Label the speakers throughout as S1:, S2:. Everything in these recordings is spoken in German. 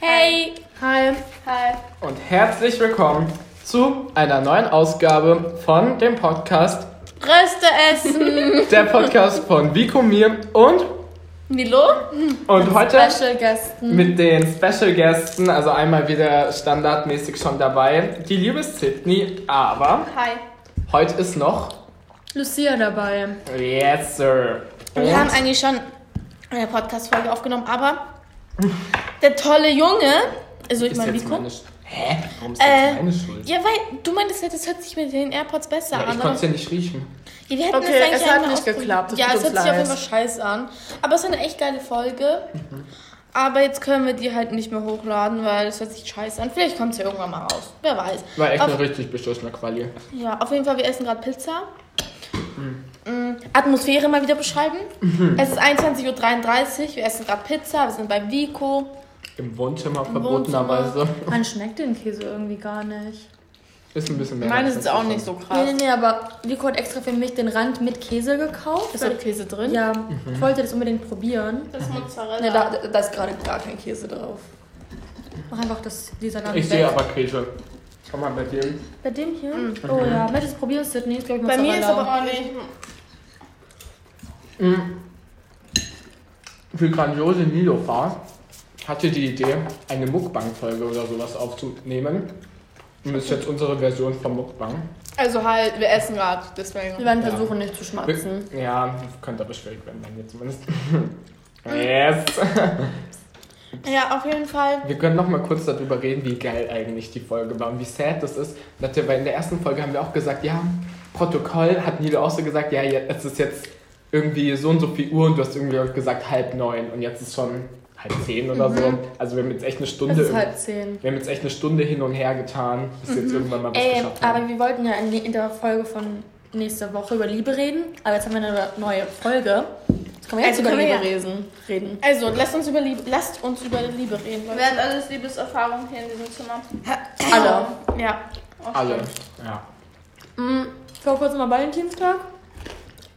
S1: Hey!
S2: Hi
S1: Hi!
S3: Und herzlich willkommen zu einer neuen Ausgabe von dem Podcast.
S1: Röste essen!
S3: Der Podcast von Vico mir und,
S1: Nilo?
S3: und heute
S2: Special Gästen.
S3: mit den Special Gästen, also einmal wieder standardmäßig schon dabei, die liebe Sydney, aber
S1: Hi!
S3: heute ist noch
S2: Lucia dabei.
S3: Yes, Sir.
S1: Wir haben eigentlich schon eine äh, Podcast-Folge aufgenommen, aber der tolle Junge, also ich
S3: ist
S1: meine,
S3: jetzt
S1: Vico.
S3: meine Sch- Hä? Warum ist
S1: Äh,
S3: jetzt meine Schuld?
S1: Ja, weil du meintest ja, das hört sich mit den AirPods besser
S3: Ja,
S1: an.
S3: ich
S1: aber-
S3: konnte es ja nicht riechen.
S1: Ja, wir hätten
S2: Okay,
S1: das eigentlich
S2: es hat
S1: einmal
S2: nicht
S1: ausprobiert.
S2: geklappt, es
S1: Ja,
S2: tut
S1: es
S2: uns
S1: hört sich auf jeden
S2: leid.
S1: Fall scheiße an. Aber es ist eine echt geile Folge. Aber jetzt können wir die halt nicht mehr hochladen, weil es hört sich scheiße an. Vielleicht kommt es ja irgendwann mal raus. Wer weiß.
S3: War echt
S1: Auf-
S3: eine richtig beschissene Quali.
S1: Ja, auf jeden Fall, wir essen gerade Pizza.
S3: Mhm.
S1: Mm, Atmosphäre mal wieder beschreiben. Es ist 21.33 Uhr, wir essen gerade Pizza, wir sind bei Vico.
S3: Im Wohnzimmer
S1: Wohnzimmer.
S3: verbotenerweise.
S2: Man schmeckt den Käse irgendwie gar nicht.
S3: Ist ein bisschen mehr.
S4: Meine ist
S3: als
S4: jetzt auch
S3: ich
S4: nicht
S3: fand.
S4: so krass.
S2: Nee, nee, nee, aber Vico hat extra für mich den Rand mit Käse gekauft.
S4: Ist da Käse drin?
S2: ja, ich wollte das unbedingt probieren.
S1: Das ist Mozzarella.
S4: Ne, da, da ist gerade gar kein Käse drauf.
S2: Mach einfach das, die Salat
S3: Ich
S2: weg.
S3: sehe aber Käse. Schau mal bei dem.
S2: Bei dem hier? Oh ja, möchtest du probieren, Sydney? Ist, glaub ich,
S1: bei mir ist
S2: Mozzarella.
S1: aber auch nicht.
S3: Für grandiose Nilofar hatte die Idee, eine Mukbang-Folge oder sowas aufzunehmen. Und das ist jetzt unsere Version vom Mukbang.
S1: Also halt, wir essen gerade, deswegen.
S4: Wir werden versuchen, nicht zu schmatzen.
S3: Ja, das könnte aber schwierig werden bei mir zumindest. Yes!
S1: Ja, auf jeden Fall.
S3: Wir können noch mal kurz darüber reden, wie geil eigentlich die Folge war und wie sad das ist. dass wir- Weil in der ersten Folge haben wir auch gesagt, ja, Protokoll hat Nilo auch so gesagt, ja, ja, es ist jetzt irgendwie so und so viel Uhr und du hast irgendwie gesagt halb neun und jetzt ist schon halb zehn oder so. Also wir haben jetzt echt eine
S2: Mhm. Es
S3: Stunde
S2: ist
S3: im-
S2: halb zehn.
S3: Wir haben jetzt echt eine Stunde hin und her getan, bis wir jetzt irgendwann mal was
S2: Ey,
S3: geschafft
S2: Ähm,
S3: haben.
S2: aber wir wollten ja in in der Folge von nächster Woche über Liebe reden. Aber jetzt haben wir eine neue Folge. Jetzt können wir jetzt
S1: Also
S2: über
S1: können
S2: Liebe
S1: wir
S2: reden. reden.
S1: Also, lasst uns über Liebe, lasst uns über Liebe reden. Leute.
S5: Wer hat alles Liebeserfahrung hier in diesem Zimmer?
S2: Alle.
S1: Ja. auch
S3: Alle.
S1: stimmt.
S3: Ja.
S2: Mhm. Vor kurzem war Valentinstag.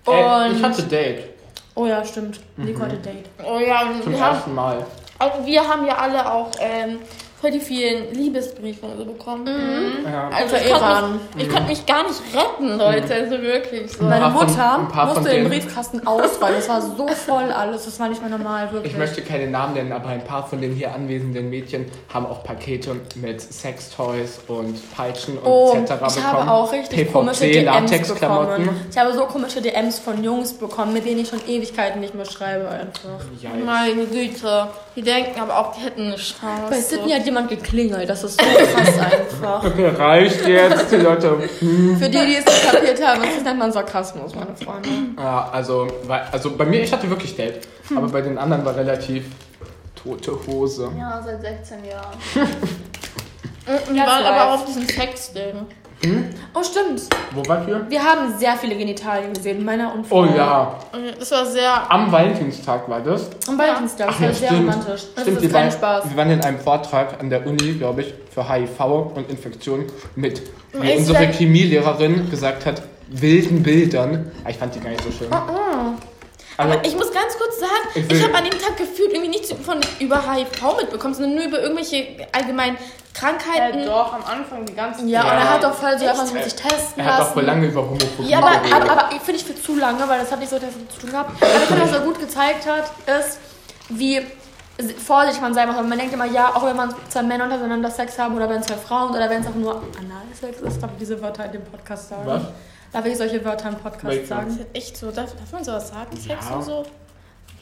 S2: Und.
S3: Ey, Äh, ich Mhm. hatte Date.
S2: oh ja, stimmt. Nico hatte Date.
S1: Oh ja, und
S3: Zum
S1: wir haben,
S3: ersten Mal.
S1: auch wir haben ja alle auch ähm, voll die vielen Liebesbriefe und so bekommen.
S2: Mhm.
S3: Mhm. Ja. Mhm.
S1: Also, ich konnte mich, ich konnte mich gar nicht retten, Leute. Also wirklich so.
S2: Meine
S3: paar von- ein
S2: Mutter
S3: paar von
S2: musste den
S3: denen.
S2: Briefkasten ausräumen. Das war so voll alles. Das war nicht mehr normal, wirklich.
S3: Ich möchte keine Namen nennen, aber ein paar von den hier anwesenden Mädchen haben auch Pakete mit Sextoys und Peitschen und
S2: Oh,
S3: etc.
S2: ich
S3: bekommen.
S2: habe auch richtig komische
S3: PVC,
S2: DMs
S3: Latexklamotten.
S2: bekommen. Ich habe so komische DMs von Jungs bekommen, mit denen ich schon Ewigkeiten nicht mehr schreibe einfach.
S3: Ja,
S1: Meine Güte. Die denken aber auch, die hätten eine Chance.
S2: Bei Sydney hat jemand geklingelt, das ist so krass einfach.
S3: okay, reicht jetzt, die Leute.
S2: Ähm, Für die, die es nicht kapiert haben, das nennt man Sarkasmus, meine Freunde.
S3: Ja, also, weil- also bei mir, ich hatte wirklich Date,
S2: Hm.
S3: aber bei den anderen war relativ tote Hose.
S6: Ah,
S5: Ja, seit 16 Jahren.
S1: die
S2: Ja,
S1: waren
S2: das
S1: Mhm, aber
S2: weiß.
S1: auch auf diesem Sex-Ding.
S2: Oh stimmt,
S3: Wo wart ihr?
S2: wir haben sehr viele Genitalien gesehen, Männer und
S3: Oh
S2: Frauen.
S3: ja,
S1: Das war sehr.
S3: am Valentinstag war das.
S2: Am Valentinstag, das
S3: Ach ja,
S2: war sehr
S3: stimmt.
S2: romantisch. Das
S3: Stimmt,
S2: ist
S3: wir,
S2: kein
S3: waren,
S2: Spaß.
S3: wir waren in einem Vortrag an der Uni, glaube ich, für HIV und Infektionen mit, wie
S1: Ich
S3: unsere
S1: sag-
S3: Chemielehrerin gesagt hat, wilden Bildern. Ah, Ich fand die gar nicht so schön.
S2: ah.
S3: Also,
S1: Aber ich muss ganz kurz sagen,
S3: Ich
S1: ich,
S3: will-
S1: habe an dem Tag gefühlt irgendwie nichts von über HIV mitbekommen, sondern nur über irgendwelche allgemeinen
S5: Ja,
S1: Krankheiten.
S5: doch, am Anfang die ganze
S2: Ja, und er
S3: Ja.
S2: hat doch voll so, ja, man
S1: Echt?
S2: muss sich testen
S3: er hat auch
S2: lassen.
S3: voll lange über Homophobie
S1: Ja,
S2: Aber,
S3: geredet.
S2: aber, aber ich finde ich für zu lange, weil das hat nicht so viel zu tun gehabt. Aber ich finde, was er gut gezeigt hat, ist, wie vorsichtig man sein muss. Man denkt immer, ja, auch wenn man zwei Männer untereinander Sex haben oder wenn zwei Frauen oder wenn es auch nur Analsex ist, darf ich diese Wörter in dem Podcast sagen?
S3: Was?
S2: Darf ich solche Wörter im Podcast
S3: Welche?
S2: sagen?
S1: Echt so, darf, darf man sowas sagen? Sex
S3: Ja.
S1: und so?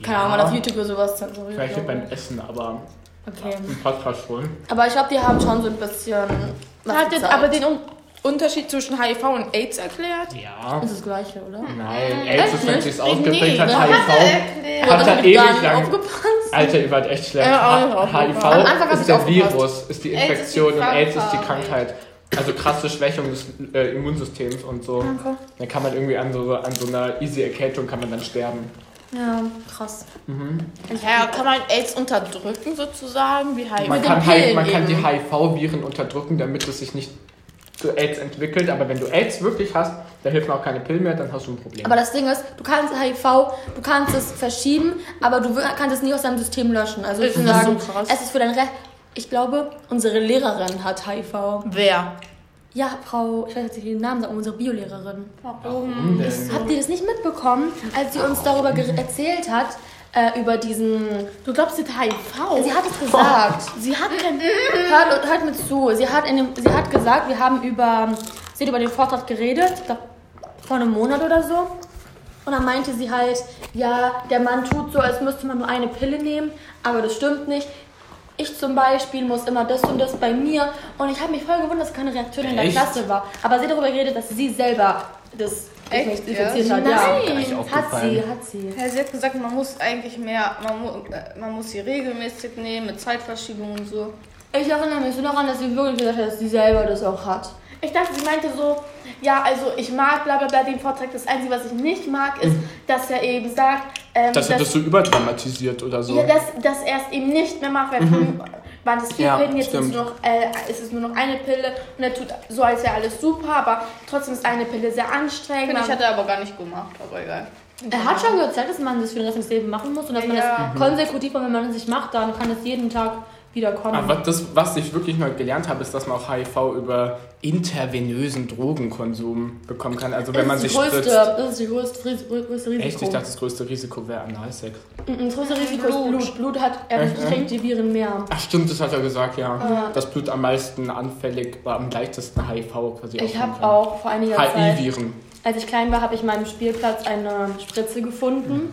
S2: Keine Ahnung, weil auf YouTube oder sowas zensuriert.
S3: Vielleicht nicht
S2: glaub
S3: beim Essen, aber
S2: ich. Okay.
S3: im Podcast schon.
S2: Aber ich glaube, die haben schon so ein bisschen. was
S1: Hat jetzt
S2: gezeigt.
S1: aber den Un Unterschied zwischen HIV und AIDS erklärt?
S3: Ja.
S2: Das ist das Gleiche, oder?
S3: Nein, AIDS ist, wenn
S2: nicht?
S3: sie es ausgeprägt hat,
S1: Nee,
S3: HIV.
S2: Oder
S3: Hat er
S2: hab ich gar
S3: halt ewig
S2: nicht
S3: lang.
S2: aufgepasst?
S3: Alter, ihr wart echt schlecht.
S1: Ja, auch
S3: H-
S1: nicht aufgepasst.
S2: Am Anfang
S3: HIV
S2: hab ich
S3: ist der
S2: aufgepasst.
S3: Virus, ist die
S5: AIDS ist die
S3: Infektion und AIDS ist die
S5: Krankheit.
S3: Krankheit. Also krasse Schwächung des äh, Immunsystems und so. Dann kann man irgendwie an so, an so einer easy Erkältung kann man dann sterben.
S2: Ja, krass.
S1: Ja, kann man AIDS unterdrücken sozusagen, wie HIV?
S3: Man
S2: den
S3: kann, Hi-
S2: Pillen
S3: man kann die
S2: eben.
S3: HIV-Viren unterdrücken, damit es sich nicht zu AIDS entwickelt. Aber wenn du AIDS wirklich hast, dann hilft mir auch keine Pille mehr, dann hast du ein Problem.
S2: Aber das Ding ist, du kannst HIV, du kannst es verschieben, aber du wi- kannst es nie aus deinem System löschen. Also
S1: Ich find das
S2: sozusagen,
S1: so krass.
S2: es ist für dein Rest. Ich glaube, unsere Lehrerin hat HIV.
S1: Wer?
S2: Ja, Frau, ich weiß jetzt nicht den Namen, sagen, unsere Biolehrerin.
S3: Warum denn?
S2: Habt ihr das nicht mitbekommen, als sie uns darüber ge- erzählt hat, äh, über diesen...
S1: Du glaubst, sie hat HIV?
S2: Sie hat es gesagt.
S1: Sie hat kein...
S2: Hört, hört mir zu. Sie hat, in dem, sie hat gesagt, wir haben über, sie hat über den Vortrag geredet, ich glaub, vor einem Monat oder so. Und dann meinte sie halt, ja, der Mann tut so, als müsste man nur eine Pille nehmen, aber das stimmt nicht. Ich zum Beispiel muss immer das und das bei mir. Und ich habe mich voll gewundert, dass keine Reaktion in der
S3: Echt?
S2: Klasse war. Aber sie hat darüber geredet, dass sie selber das
S6: Echt, ja?
S2: infiziert hat.
S3: Gar
S2: Ja.
S3: nicht
S2: Hat sie,
S3: aufgefallen.
S2: hat sie.
S6: Ja, sie hat gesagt, man muss eigentlich mehr, man, mu äh, man muss sie regelmäßig nehmen, mit Zeitverschiebung und so.
S2: Ich erinnere mich so noch an, dass sie wirklich gesagt hat, dass sie selber das auch hat.
S1: Ich dachte, sie meinte so, ja, also ich mag bla bla bla den Vortrag. Das Einzige, was ich nicht mag, ist,
S3: Mhm.
S1: dass er eben sagt, ähm,
S3: Das
S1: dass,
S3: hättest du übertraumatisiert oder so.
S1: ja, dass, dass er es eben nicht mehr macht, weil früher waren es vier
S3: Mhm. Ja,
S1: Pillen, jetzt ist es,
S3: stimmt.
S1: nur noch, äh, ist es nur noch eine Pille und er tut so, als wäre alles super, aber trotzdem ist eine Pille sehr anstrengend.
S6: Finde ich,
S1: Man-
S6: hat er aber gar nicht gemacht, aber egal.
S2: Er hat schon gesagt, dass man das für den Rest des Lebens machen muss und dass man
S6: Ja.
S3: Mhm.
S2: das konsekutiv, und wenn man es nicht macht, dann kann es jeden Tag wieder kommen.
S3: Aber was, das, was ich wirklich neu gelernt habe, ist, dass man auch HIV über intervenösen Drogenkonsum bekommen kann. Also wenn man
S2: das,
S3: sich
S2: ist die größte,
S3: spritzt.
S2: das ist die größte, Ris- größte Risiko.
S3: Echt, ich dachte, das größte Risiko wäre Analsex.
S2: Mhm, das größte Risiko ist
S6: Blut.
S2: Blut. Blut hat, er
S3: Echt, ja?
S2: trägt die Viren mehr.
S3: Ach stimmt, das hat er gesagt, ja.
S2: Ja.
S3: Das Blut am meisten anfällig, war am leichtesten HIV quasi.
S2: Ich
S3: aufnehmen
S2: habe auch vor einiger
S3: kann.
S2: Zeit,
S3: HIV-Viren.
S2: als ich klein war, habe ich meinem Spielplatz eine Spritze gefunden.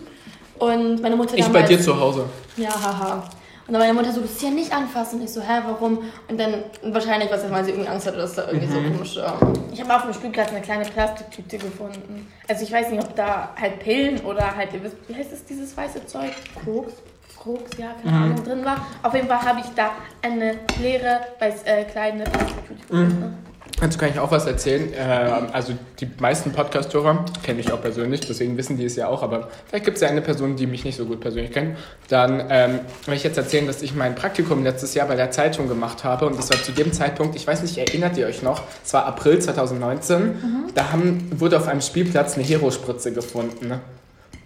S2: Und meine Mutter
S3: Mhm. Ich bei
S2: damals,
S3: dir zu Hause.
S2: Ja, haha. Und dann meine Mutter so, du bist ja nicht anfassen. Ich so, hä, warum? Und dann wahrscheinlich, was ich weil sie irgendwie Angst hatte, dass da irgendwie so
S3: Mhm.
S2: komische...
S1: Ich habe auf dem Spielplatz eine kleine Plastiktüte gefunden. Also ich weiß nicht, ob da halt Pillen oder halt, ihr wisst, wie heißt es, dieses weiße Zeug? Koks? Koks, ja, keine
S3: Mhm.
S1: Ahnung, drin war. Auf jeden Fall habe ich da eine leere, weiß, äh, kleine Plastiktüte
S3: Mhm.
S1: gefunden.
S3: Dazu kann ich auch was erzählen. Ähm, also die meisten Podcast-Hörer kenne ich auch persönlich, deswegen wissen die es ja auch, aber vielleicht gibt es ja eine Person, die mich nicht so gut persönlich kennt. Dann ähm, will ich jetzt erzählen, dass ich mein Praktikum letztes Jahr bei der Zeitung gemacht habe und das war zu dem Zeitpunkt, ich weiß nicht, erinnert ihr euch noch, es war April 2019,
S1: Mhm.
S3: da haben, wurde auf einem Spielplatz eine Hero-Spritze gefunden. ne?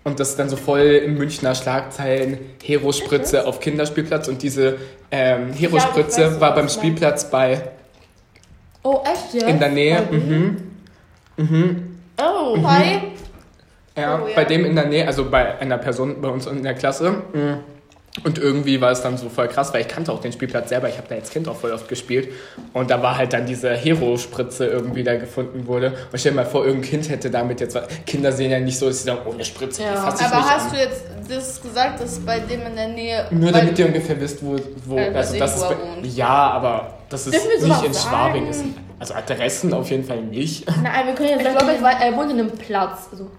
S3: Und das ist dann so voll in Münchner Schlagzeilen, Hero-Spritze auf Kinderspielplatz und diese ähm, Hero-Spritze war
S1: weiß, was
S3: beim
S1: du meinst.
S3: Spielplatz bei
S2: Oh, echt jetzt?
S3: in der Nähe. Mhm.
S1: Oh,
S6: Hi.
S3: Ja,
S6: Oh, ja.
S3: bei dem in der Nähe, also bei einer Person bei uns in der Klasse. Mhm. Und irgendwie war es dann so voll krass, weil ich kannte auch den Spielplatz selber. Ich habe da als Kind auch voll oft gespielt. Und da war halt dann diese Hero-Spritze irgendwie da gefunden wurde. Und stell dir mal vor, irgendein Kind hätte damit jetzt was. Kinder sehen ja nicht so, dass sie sagen, oh, eine Spritze,
S2: Ja.
S3: die fass ich
S6: Aber
S3: nicht
S6: hast
S3: an.
S6: du jetzt das gesagt, dass bei dem in der Nähe.
S3: Nur
S6: weil-
S3: damit ihr ungefähr wisst, wo. wo
S6: Weil bei
S3: also,
S6: dem,
S3: das ist
S6: wo er
S3: bei-
S6: wohnt.
S3: ja, aber das ist
S1: Dürfen wir sowas
S3: nicht in Schwabing.
S1: sagen?
S3: Ist, also Adressen auf jeden Fall nicht.
S1: nein, wir können
S2: Ich
S1: ja
S2: glaube,
S1: sagen,
S2: ich war, er wohnt in einem Platz. Also,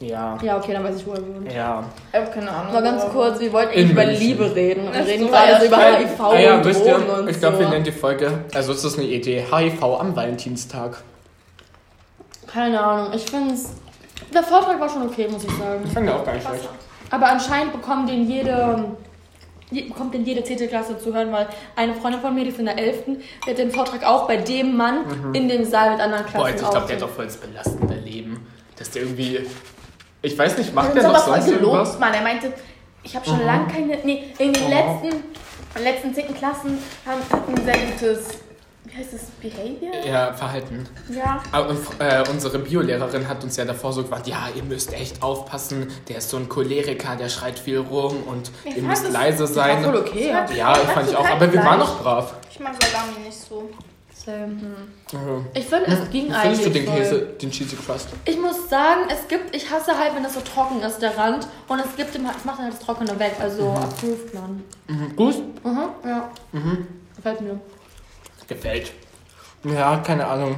S3: Ja.
S2: ja, okay, dann weiß ich, wo er wohnt.
S3: Ja.
S6: Äh, keine Ahnung.
S2: Aber ganz
S6: warum.
S2: kurz, wir wollten
S3: In
S2: eigentlich über
S3: München.
S2: Liebe reden. Und wir
S6: Das
S2: reden
S6: war
S2: gerade so
S6: ja
S2: über
S6: schon-
S2: HIV
S3: Ah ja,
S2: und
S3: wisst
S2: Drogen
S3: ihr,
S2: und
S3: ich glaube,
S2: so.
S3: wir nennen die Folge, also es ist eine Idee, HIV am Valentinstag.
S2: Keine Ahnung, ich finde es... Der Vortrag war schon okay, muss ich sagen.
S3: Ich fand ja auch gar nicht schlecht.
S2: Aber anscheinend bekommt den jede... Je, bekommt den jede 10. Klasse zu hören, weil eine Freundin von mir, die ist in der 11., die hat den Vortrag auch bei dem Mann in dem Saal mit anderen Klassen
S3: Mhm. Boah, jetzt, ich glaube, der hat
S2: auch.
S3: doch voll das belastende Leben. Dass der irgendwie. Ich weiß nicht, macht
S1: das
S3: der
S1: ist aber
S3: noch
S1: voll
S3: sonst irgendwas?
S1: gelobt, Mann. Er meinte, ich habe schon lange keine. Nee, in den
S3: Aha.
S1: letzten, in den letzten 10. Klassen haben hatten ein sehr gutes. Wie heißt das? Behavior?
S3: Ja, Verhalten.
S1: Ja.
S3: Aber und, äh, unsere Biolehrerin hat uns ja davor so gesagt, ja, ihr müsst echt aufpassen, der ist so ein Choleriker, der schreit viel rum und
S1: Ich
S3: ihr
S1: fand
S3: müsst
S1: es-
S3: leise sein.
S2: Voll okay.
S3: Ja, ich fand ich auch, aber wir waren noch brav.
S6: Ich mag Salami nicht so.
S3: Also,
S2: hm. Ich finde, es ging
S3: wie
S2: eigentlich
S3: findest du den
S2: voll.
S3: Käse, den Cheesy Crust?
S2: Ich muss sagen, es gibt, ich hasse halt, wenn das so trocken ist, der Rand. Und es gibt immer, es macht halt das Trockene weg. Also approved man.
S3: Mhm. Gut.
S2: Mhm, ja. Gefällt mir.
S3: gefällt. Ja, keine Ahnung.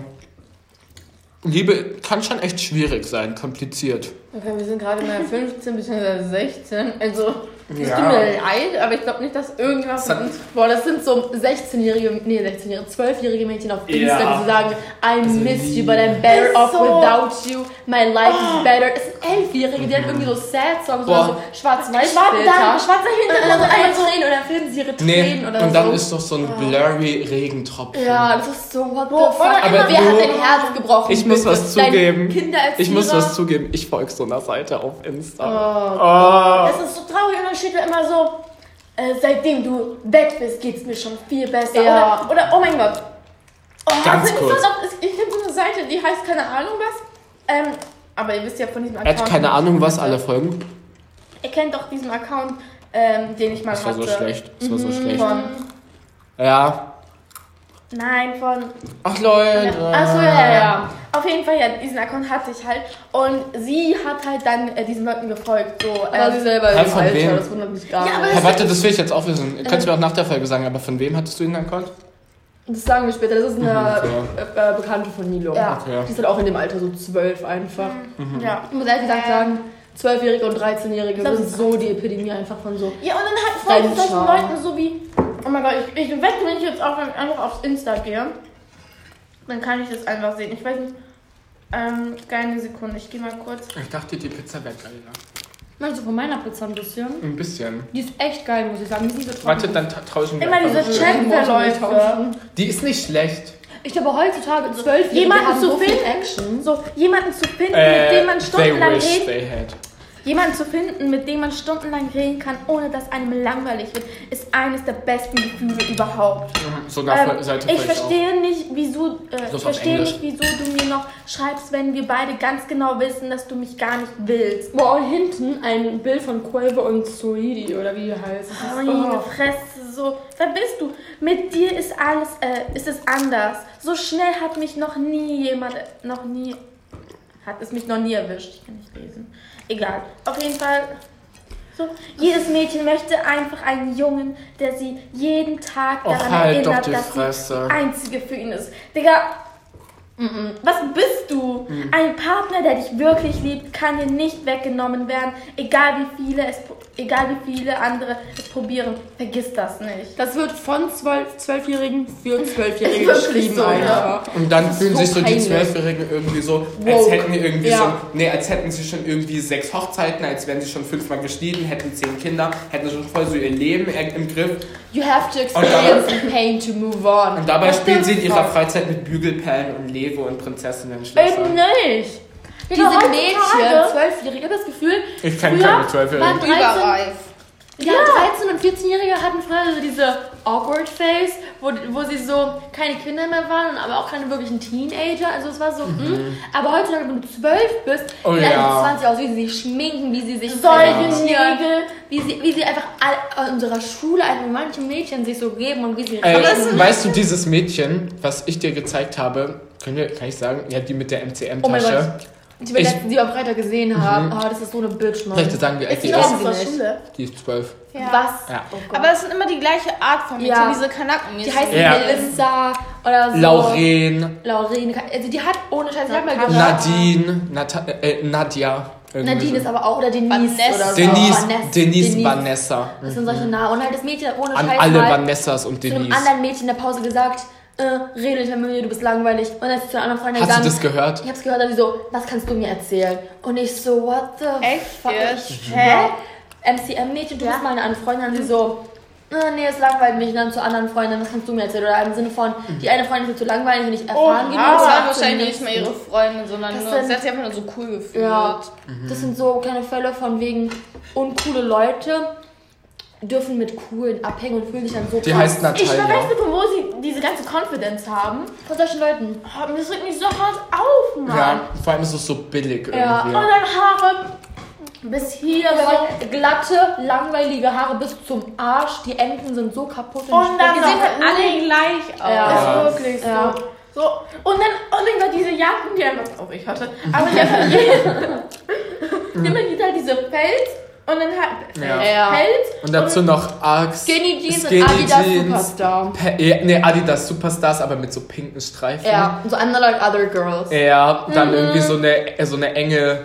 S3: Liebe kann schon echt schwierig sein, kompliziert.
S6: Okay, wir sind gerade mal 15 bzw. 16. Also,
S2: leid, aber ich glaube nicht, dass irgendwas
S3: von uns-
S2: Boah, das sind so 16-jährige, nee, 16-jährige, 12-jährige Mädchen auf
S3: Ja.
S2: Insta, die sagen, I miss you, but I'm better
S1: Ist
S2: off
S1: so. Ah.
S2: without you. My life is better. Es sind 11-Jährige, die haben irgendwie so Sad-Songs oder
S3: Mhm. Boah.
S2: so schwarz-weiß
S1: Schwarzer
S2: Filter.
S1: Hintergrund.
S2: Oder so einmal Tränen oder filmen sie ihre Tränen
S3: Nee,
S2: oder
S3: und dann
S2: so.
S3: ist doch so ein blurry Regentropfen.
S2: Ja, das ist so, what the
S1: Boah,
S2: fuck.
S1: oder
S3: Aber
S2: wer
S3: du-
S2: hat dein Herz gebrochen?
S3: Ich muss
S2: bitte?
S3: was
S2: Dein
S3: zugeben.
S2: Kindererzieher?
S3: Ich muss was zugeben, ich
S1: Oh,
S3: folge so einer Seite auf Insta. Ah.
S1: Es ist so traurig und dann steht da immer so. äh, seitdem du weg bist, geht's mir schon viel besser.
S2: Ja.
S1: Oder, oder, oh mein Gott. Oh,
S3: Ganz
S1: ich
S3: kurz.
S1: Noch, ich finde so eine Seite, die heißt keine Ahnung was. Ähm, aber ihr wisst ja von diesem
S3: Er
S1: Account.
S3: hat keine Ahnung, was alle folgen.
S1: Ihr kennt doch diesen Account, ähm, den ich mal
S3: Das war
S1: hatte.
S3: so schlecht. Das war
S1: Mhm,
S3: so schlecht.
S1: Von,
S3: Ja.
S1: nein, von
S3: Ach Leute.
S1: Achso, ja, also, ja, ja. Auf jeden Fall, ja, diesen Account hatte ich halt. Und sie hat halt dann äh, diesen Leuten gefolgt. So,
S2: Aber
S1: ähm,
S2: sie äh, selber
S3: Hä,
S2: ist
S3: von wem?
S2: Alter, das wundert mich gar
S1: Ja, aber
S2: nicht.
S3: Hey, warte, das will ich jetzt auch
S1: äh,
S3: wissen. Kannst du mir auch nach der Folge sagen, aber von wem hattest du ihn erkannt?
S2: Das sagen wir später. Das ist eine
S3: Mhm,
S2: äh, äh, Bekannte von Nilo.
S1: Ja. Mhm.
S3: Okay.
S2: Die ist halt auch in dem Alter so zwölf einfach.
S1: ja.
S2: Ich muss ehrlich gesagt sagen, Zwölfjährige und 13-Jährige
S1: Das
S2: sind so die Epidemie einfach von so.
S1: ja, und dann halt folgt
S2: Dann
S1: solchen
S2: schau.
S1: Leuten so wie, oh mein Gott, ich, ich wette, wenn ich jetzt auch einfach aufs Insta gehe, dann kann ich das einfach sehen. Ich weiß nicht, ähm, keine Sekunde, ich gehe mal kurz.
S3: Ich dachte, die Pizza wäre geil.
S4: Meinst du von meiner Pizza ein bisschen?
S3: Ein bisschen.
S4: Die ist echt geil, muss ich sagen. Die sind so trocken.
S3: Warte, dann ta- tauschen wir.
S1: Immer diese
S3: einfach.
S1: Chat-Verläufe.
S3: Die ist nicht schlecht.
S4: Ich glaube, heutzutage zwölf
S1: Jemanden
S4: haben
S1: zu
S4: so viel
S1: finden?
S4: Action.
S1: So, jemanden zu finden, mit
S3: Äh,
S1: dem man
S3: they
S1: stundenlang
S3: wish
S1: redet.
S3: they had.
S1: Jemanden zu finden, mit dem man stundenlang reden kann, ohne dass einem langweilig wird, ist eines der besten Gefühle überhaupt.
S3: So nach
S1: Ähm,
S3: Seite
S1: ich
S3: vielleicht auch.
S1: verstehe nicht, wieso, äh,
S3: So
S1: ich
S3: ist auf
S1: verstehe
S3: Englisch.
S1: nicht, wieso du mir noch schreibst, wenn wir beide ganz genau wissen, dass du mich gar nicht willst.
S2: Boah, und hinten ein Bild von Quavo und Soidi oder wie die heißt. Das ist-
S1: Meine
S3: Oh.
S1: Fresse, so, wer bist du? Mit dir ist alles, äh, ist es anders. So schnell hat mich noch nie jemand, noch nie, hat es mich noch nie erwischt. Ich kann nicht lesen. Egal. Auf jeden Fall, so, jedes Mädchen möchte einfach einen Jungen, der sie jeden Tag
S3: Och,
S1: daran
S3: halt doch
S1: erinnert,
S3: die
S1: dass
S3: Fresse.
S1: sie die Einzige für ihn ist. Digga, Mm-mm. Was bist du?
S3: Hm.
S1: Ein Partner, der dich wirklich liebt, kann dir nicht weggenommen werden, egal wie viele es, egal wie viele andere es probieren. Vergiss das nicht.
S2: Das wird von zwölf- Zwölfjährigen für Zwölfjährige
S1: Ist wirklich
S2: geschrieben
S1: so,
S2: einfach.
S3: Und dann fühlen
S2: so
S3: sich so
S2: peinlich.
S3: die Zwölfjährigen irgendwie so, als
S2: Woke.
S3: hätten die irgendwie
S2: Ja.
S3: so, nee, als hätten sie schon irgendwie sechs Hochzeiten, als wären sie schon fünfmal geschieden, hätten zehn Kinder, hätten schon voll so ihr Leben er- im Griff.
S2: You have to
S3: Und dabei-
S2: experience the pain to move on.
S3: Und dabei
S2: Das
S3: spielen sie in
S2: stimmt
S3: ihrer
S2: voll.
S3: Freizeit mit Bügelperlen und Levo und Prinzessinnen
S1: Eben
S3: Schlösser.
S1: nicht.
S2: Diese
S1: Heutzutage-
S2: Mädchen, Zwölfjährige, ich habe das Gefühl,
S3: Ich kenne
S2: Früher
S3: keine Zwölfjährigen.
S4: waren 13,
S5: Überreif.
S4: ja, 13 und 14-Jährige hatten früher so diese awkward Face, wo, wo sie so keine Kinder mehr waren, und aber auch keine wirklichen Teenager. Also es war so, mhm. aber heutzutage, wenn du 12 bist,
S3: Oh
S4: sehen
S3: ja.
S4: alle 20 aus, wie sie sich schminken, wie sie sich
S1: Säugennägel.
S4: wie sie, wie sie einfach all, an unserer Schule einfach manche Mädchen sich so geben und wie sie
S3: Äh,
S4: reden.
S3: weißt du, dieses Mädchen, was ich dir gezeigt habe, können wir, kann ich sagen, ja, die mit der
S4: oh
S2: Oh
S3: MCM-Tasche.
S2: die wir,
S3: Ich- Mhm.
S2: letztens, die wir am Freitag gesehen haben, ah, das ist so eine Bitch, Mann.
S3: Soll ich dir sagen, wie alt die
S2: die
S3: ist?
S2: noch-
S1: Aus der
S2: nicht.
S1: Schule.
S3: Die ist zwölf.
S4: Was?
S3: Ja.
S5: Aber es sind immer die gleiche Art von Mädchen,
S2: Ja.
S5: diese Kanaken.
S2: Die heißt
S3: Ja.
S2: Melissa oder so.
S3: Lauren,
S2: Lauren. Also die hat ohne Scheiß, ich hab mal gehört.
S3: Nadine, Nata äh, Nadja. irgendwie
S2: Nadine
S3: so.
S2: ist aber auch, oder Denise
S5: Vanessa.
S2: oder so.
S3: Denise,
S2: Vanessa.
S3: Denise, Vanessa.
S4: Das sind solche Namen. Und halt das Mädchen hat ohne
S3: An
S4: Scheiß
S3: alle
S4: mal
S3: Vanessas und
S4: zu einem
S3: Denise.
S4: anderen Mädchen in der Pause gesagt, äh, rede nicht mehr mit mir, du bist langweilig. Und dann ist sie zu einer anderen Freundin
S3: Hast du
S4: gegangen.
S3: das gehört?
S4: Ich hab's gehört, dann die so, was kannst du mir erzählen? Und ich so, what the
S5: Echt
S4: fuck?
S5: jetzt?
S4: Ich schwör, MCM-Mädchen, du bist meine andere Freundin. Und sie so, äh, nee, es langweilt mich. Und dann zur anderen Freundin, was kannst du mir erzählen? Oder im Sinne von,
S3: Mhm.
S4: die eine Freundin ist mir zu langweilig und ich erfahren
S5: Oha,
S4: genug.
S5: das
S4: um
S5: waren
S4: zu
S5: wahrscheinlich nicht
S4: wissen."
S5: mehr ihre Freundin, sondern
S4: Das
S5: nur, sie
S4: sind-
S5: hat sich einfach nur so cool gefühlt.
S2: Ja.
S4: Das sind so kleine Fälle von wegen uncoole Leute dürfen mit coolen abhängen und fühlen sich dann so
S3: Die
S4: krass.
S3: heißt
S1: Ich weiß
S3: Natalia.
S1: nicht, von wo sie diese ganze Confidence haben.
S4: von solchen Leuten.
S1: Oh, das regt mich so hart auf, Mann.
S3: Ja, vor allem ist es so billig
S4: Ja,
S1: Und
S3: irgendwie.
S1: dann Haare bis hier. So.
S4: Glatte, langweilige Haare bis zum Arsch. Die Enden sind so kaputt.
S1: Und dann
S5: Die
S1: noch
S5: sehen halt alle gleich aus.
S2: Ja.
S1: Ist wirklich so.
S4: Ja.
S1: So, und dann, und dann war diese Jacken, die einfach, oh, ich hatte, aber die einfach jeder, jemand geht halt diese Pelz und dann halt,
S3: Ja.
S2: Ja.
S1: Pelz
S3: Und dazu noch Arx,
S2: Skinny Jeans
S3: Skinny
S2: und Adidas
S3: Jeans.
S2: Superstar.
S3: Pe- äh, nee, Adidas Superstars, aber mit so pinken Streifen.
S2: Ja, so andere like other girls.
S3: Ja, dann irgendwie so eine, äh, so eine enge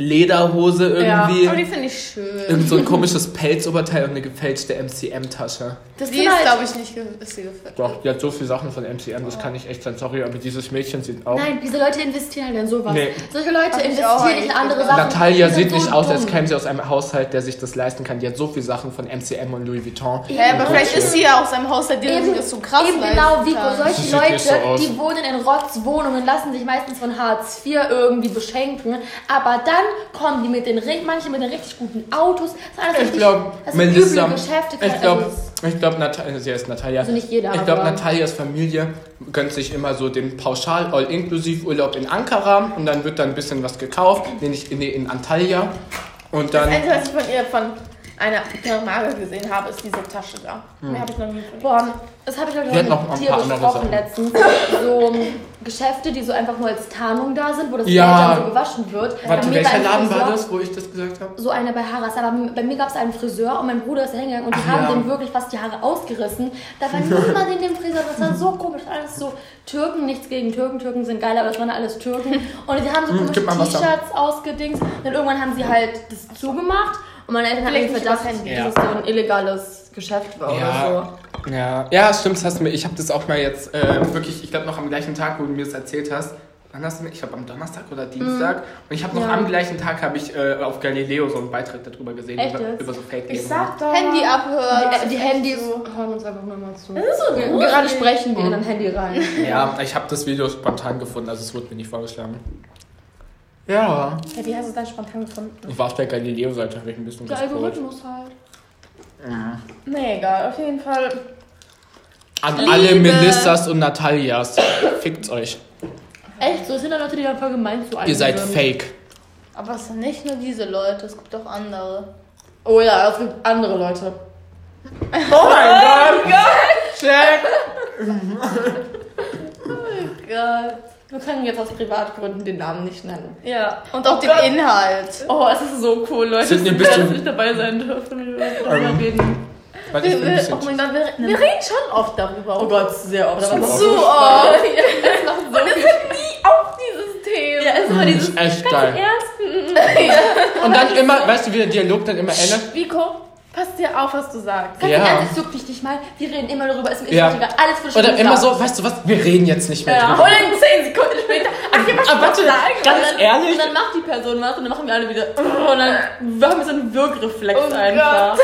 S3: Lederhose
S2: Ja.
S3: irgendwie.
S5: Aber die finde ich schön.
S3: Irgend so ein komisches Pelzoberteil und eine gefälschte MCM-Tasche.
S2: Das
S5: Die
S2: sind
S5: ist,
S2: halt,
S5: glaube ich, nicht ge- ist sie gefällt.
S3: Doch, die hat so viele Sachen von MCM, das kann ich echt sein. Sorry, aber dieses Mädchen sieht auch.
S4: Nein, diese Leute investieren halt in sowas.
S3: Nee.
S4: Solche Leute
S5: Hab ich auch
S4: investieren nicht in
S5: eigentlich
S4: andere
S5: gedacht.
S4: Sachen.
S3: Natalia
S4: Die sind
S3: sieht nicht
S4: so
S3: aus, als
S4: dumm.
S3: käme sie aus einem Haushalt, der sich das leisten kann. Die hat so viele Sachen von MCM und Louis Vuitton.
S5: Ja, aber
S3: Und
S5: vielleicht
S3: Gucci.
S5: ist sie ja aus einem Haushalt, der
S4: Eben,
S5: sich das so krass
S4: eben
S5: leisten
S4: genau, Vico.
S5: kann.
S4: Solche
S3: sieht
S4: Leute,
S3: nicht so aus.
S4: die wohnen in Rotzwohnungen, lassen sich meistens von Hartz IV irgendwie beschenken. Aber dann
S2: kommen die mit den, ri- manche mit den richtig guten Autos. Das ist alles
S3: Ich
S2: richtig,
S3: glaube,
S2: das sind
S3: Melissa.
S2: üble Geschäfte.
S3: Ich glaube,
S2: also,
S3: ich glaube, Natalia, sie heißt Natalia.
S2: Also nicht jeder,
S3: Ich glaube,
S2: aber-
S3: Natalias Familie gönnt sich immer so den pauschal all inklusiv Urlaub in Ankara und dann wird dann ein bisschen was gekauft, nee, nicht, nee, in Antalya und dann
S5: Das Einzige, was ich von ihr von einer Pirmage gesehen habe, ist diese Tasche da.
S3: Hm.
S5: Mehr habe ich noch nie von ihr.
S2: Boah, das habe ich heute
S3: Wir hatten
S2: mit
S3: auch noch ein
S2: dir
S3: paar andere
S2: besprochen
S3: Sachen.
S2: letztens. So ähm, Geschäfte, die so einfach nur als Tarnung da sind, wo das
S3: Ja.
S2: Geld dann so gewaschen wird. Bei
S3: Warte,
S2: mir
S3: welcher
S2: beim
S3: Laden war
S2: Friseur-
S3: das, wo ich das gesagt habe?
S2: So einer bei Haras. Aber bei mir gab es einen Friseur und mein Bruder ist hingegangen und die
S3: Ach
S2: haben
S3: ja.
S2: dem wirklich fast die Haare ausgerissen. Da war niemand in dem Friseur. Das war so komisch. Alles so Türken, nichts gegen Türken. Türken sind geil, aber das waren alles Türken. Und die haben so
S3: Hm,
S2: komische
S3: gib mal Wasser.
S2: T-Shirts ausgedingst. Dann irgendwann haben sie halt das zugemacht. Und meine Eltern haben
S5: Vielleicht
S2: irgendwie
S5: nicht
S2: verdacht,
S5: übers Handy.
S2: dass es so ein illegales Geschäft war oder so.
S3: ja, ja, stimmt, das hast du mir. Ich habe das auch mal jetzt äh, wirklich, ich glaube noch am gleichen Tag, wo du mir das erzählt hast. Wann hast du mir, ich glaube am Donnerstag oder Dienstag. Und ich habe noch
S2: Mhm. Ja.
S3: am gleichen Tag habe ich äh, auf Galileo so einen Beitrag darüber gesehen
S2: Echt
S3: über,
S2: jetzt?
S3: über so Fake
S5: Ich
S3: News.
S5: sag doch.
S1: Handy abhören.
S2: Die, die Handys
S5: Äh, so.
S2: hören uns einfach nur mal zu.
S5: Das ist so
S2: Wir-
S5: gruselig.
S2: Gerade sprechen
S3: Hm.
S2: wir in ein Handy rein.
S3: Ja, ich habe das Video spontan gefunden, also es wurde mir nicht vorgeschlagen. Ja.
S5: Ja, wie hast du es dann spontan gefunden?
S3: Ich war auf der Galileo-Seite, habe ich ein bisschen
S2: Der
S3: gescrollt.
S2: Algorithmus halt.
S5: Nee, egal. Auf jeden Fall.
S3: An alle Melissas und Natalias. Fickt's euch.
S2: Echt, so es sind da Leute, die dann voll gemein zu einem
S3: Ihr seid
S2: sind.
S3: fake.
S1: Aber es sind nicht nur diese Leute, es gibt auch andere.
S2: Oh ja, es gibt andere Leute.
S3: Oh mein Gott! Check!
S2: Egal. Oh Wir können jetzt aus Privatgründen den Namen nicht nennen.
S5: Ja. Oh
S1: Und auch den
S2: Gott.
S1: Inhalt.
S2: Oh, es ist so cool, Leute,
S3: Sind ihr ein
S2: dass
S3: bisschen-
S2: ich nicht dabei sein dürfen. wenn Wir darüber
S3: Ähm.
S2: reden.
S3: Warte, ich bin ein bisschen.
S5: Oh mein Gott, wir, wir reden schon oft darüber.
S2: Oh Gott, sehr oft. Aber
S3: oft.
S2: so
S5: oft.
S2: das macht so viel
S5: Auf dieses Thema.
S2: Ja, es war
S3: Das
S2: dieses
S3: Hm,
S2: hm,
S3: ist echt geil.
S2: ersten.
S3: Und dann immer, weißt du, wie der Dialog dann immer endet?
S5: Vico, pass dir auf, was du sagst.
S2: Ganz
S3: Ja.
S2: ja. ernst, es juckt mich nicht mal. Wir reden immer darüber. Es ist
S3: Ja.
S2: ja. egal. Alles wird schon
S3: Oder immer
S2: gesagt.
S3: so, weißt du was, wir reden jetzt nicht mehr
S2: Ja.
S3: drüber.
S5: dann 10 Sekunden später. Ach, ich hab was
S3: Aber warte, ganz
S2: Und dann-
S3: ehrlich,
S2: Und dann macht die Person was und dann machen wir alle wieder. oh, Und dann haben wir so einen Wirkreflex
S5: Oh
S2: einfach.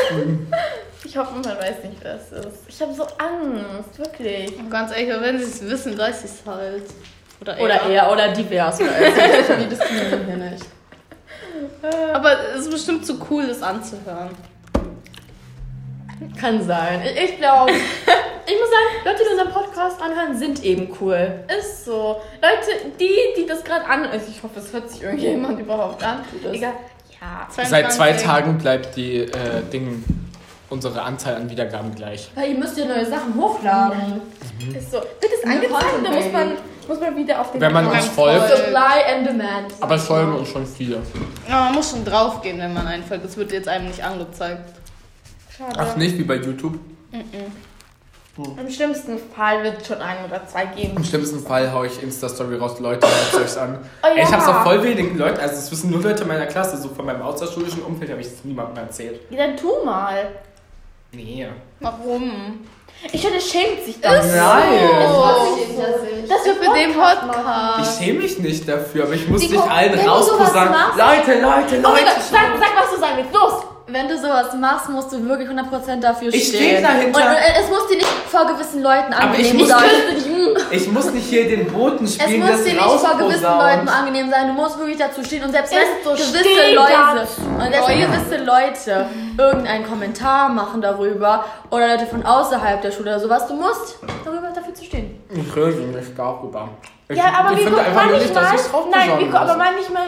S5: Ich hoffe, man weiß nicht, wer es ist. Ich habe so Angst, wirklich.
S1: Und Oh, ganz ehrlich, wenn sie es wissen, weiß sie es halt. Oder,
S2: Oder
S1: eher.
S2: er oder divers. Oder er. die diskriminieren hier nicht.
S1: Aber es ist bestimmt zu cool, das anzuhören.
S2: Kann sein. Ich, ich glaube. Ich muss sagen, Leute, die unseren Podcast anhören, sind eben cool.
S5: Ist so. Leute, die, die das gerade an... Also ich hoffe, es hört sich irgendjemand überhaupt an.
S2: Tut es.
S5: Egal. Ja.
S3: seit zwei
S1: 22.
S3: Tagen bleibt die äh, Ding, unsere Anzahl an Wiedergaben gleich.
S2: Weil ihr müsst ja neue Sachen hochladen.
S5: Ist so. Wird es
S2: Eine
S5: angezeigt,
S2: Content
S5: dann muss man,
S2: Baby.
S5: muss man wieder auf den...
S3: Wenn man uns
S5: Account-
S3: folgt,
S2: Supply and Demand.
S3: aber es folgen uns schon viele.
S1: Ja, man muss schon draufgehen, wenn man einfällt. Das wird jetzt einem nicht angezeigt.
S5: Schade.
S3: Ach, nicht wie bei YouTube.
S5: Im schlimmsten Fall wird es schon ein oder zwei geben.
S3: Im schlimmsten Fall hau ich Insta-Story raus, Leute, hört euch's an.
S5: Oh
S3: Ey, ich hab's
S5: ja.
S3: auch voll wenigen Leuten, also es wissen nur Leute meiner Klasse, so von meinem außerschulischen Umfeld habe ich es niemandem erzählt.
S5: Ja, Dann tu mal.
S3: Nee.
S1: Warum?
S5: Ich finde, es schämt sich dann.
S3: Nein!
S1: Oh,
S5: Das wird
S1: für den
S3: Ich
S1: Podcast.
S3: schäme mich nicht dafür, aber ich muss
S2: Ah. Nico,
S3: nicht allen
S2: wenn du
S3: rausposaunen.
S2: sowas
S3: Leute, Leute,
S5: Oh mein
S3: Leute!
S5: Gott, sag, sag, was du sagen willst. Los!
S2: Wenn du sowas machst, musst du wirklich 100% dafür
S3: Ich steh
S2: stehen.
S3: dahinter.
S2: Und äh, es muss dir nicht vor gewissen Leuten
S3: Aber ich
S2: angenehm
S3: muss-
S2: sein.
S3: ich muss nicht hier den Boten
S2: Es
S3: spielen,
S2: muss
S3: das
S2: dir nicht vor gewissen Leuten
S3: rausposaunen.
S2: angenehm sein. Du musst wirklich dazu stehen. Und selbst wenn
S5: so,
S2: gewisse
S5: steh
S2: Leute,
S5: dazu.
S2: und selbst wenn gewisse Leute irgendeinen Kommentar machen darüber oder Leute von außerhalb der Schule oder sowas, du musst darüber dafür zu stehen.
S3: Ich rede nicht darüber. Ich,
S5: Ja, aber
S3: ich
S5: Vico,
S3: finde einfach nur nicht, dass
S5: manchmal.
S3: ich's rausposaunen
S5: nein, Vico, aber
S3: muss.
S5: manchmal.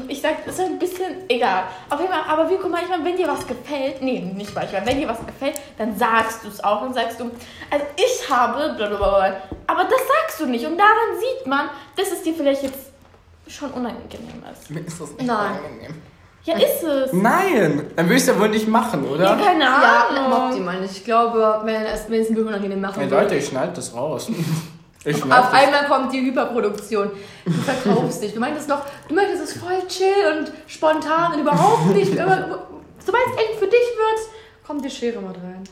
S5: mm, Ich sag, ist ein bisschen egal. Auf jeden Fall, aber Vico, manchmal, wenn dir was gefällt, nee, nicht manchmal, wenn dir was gefällt, dann sagst du es auch. Dann sagst du, also ich habe, blablabla. Aber das sagst du nicht. Und daran sieht man, dass es dir vielleicht jetzt schon unangenehm ist.
S3: Mir ist das nicht
S2: Nein.
S3: unangenehm.
S5: Ja, ist es.
S3: Nein! Dann würde ich es ja wohl nicht machen,
S5: Ja,
S3: oder?
S5: keine Ahnung.
S2: optimal. Ich glaube, wenn es wenn es ein bisschen unangenehm machen
S3: Ey, Leute, ich schneide das raus. Ich schneide
S2: Auf
S3: das
S2: einmal kommt die Hyperproduktion. Du verkaufst dich. Du meintest doch, du meintest es ist voll chill und spontan und überhaupt nicht. Immer- Sobald es eng für dich wird, kommt die Schere mit rein.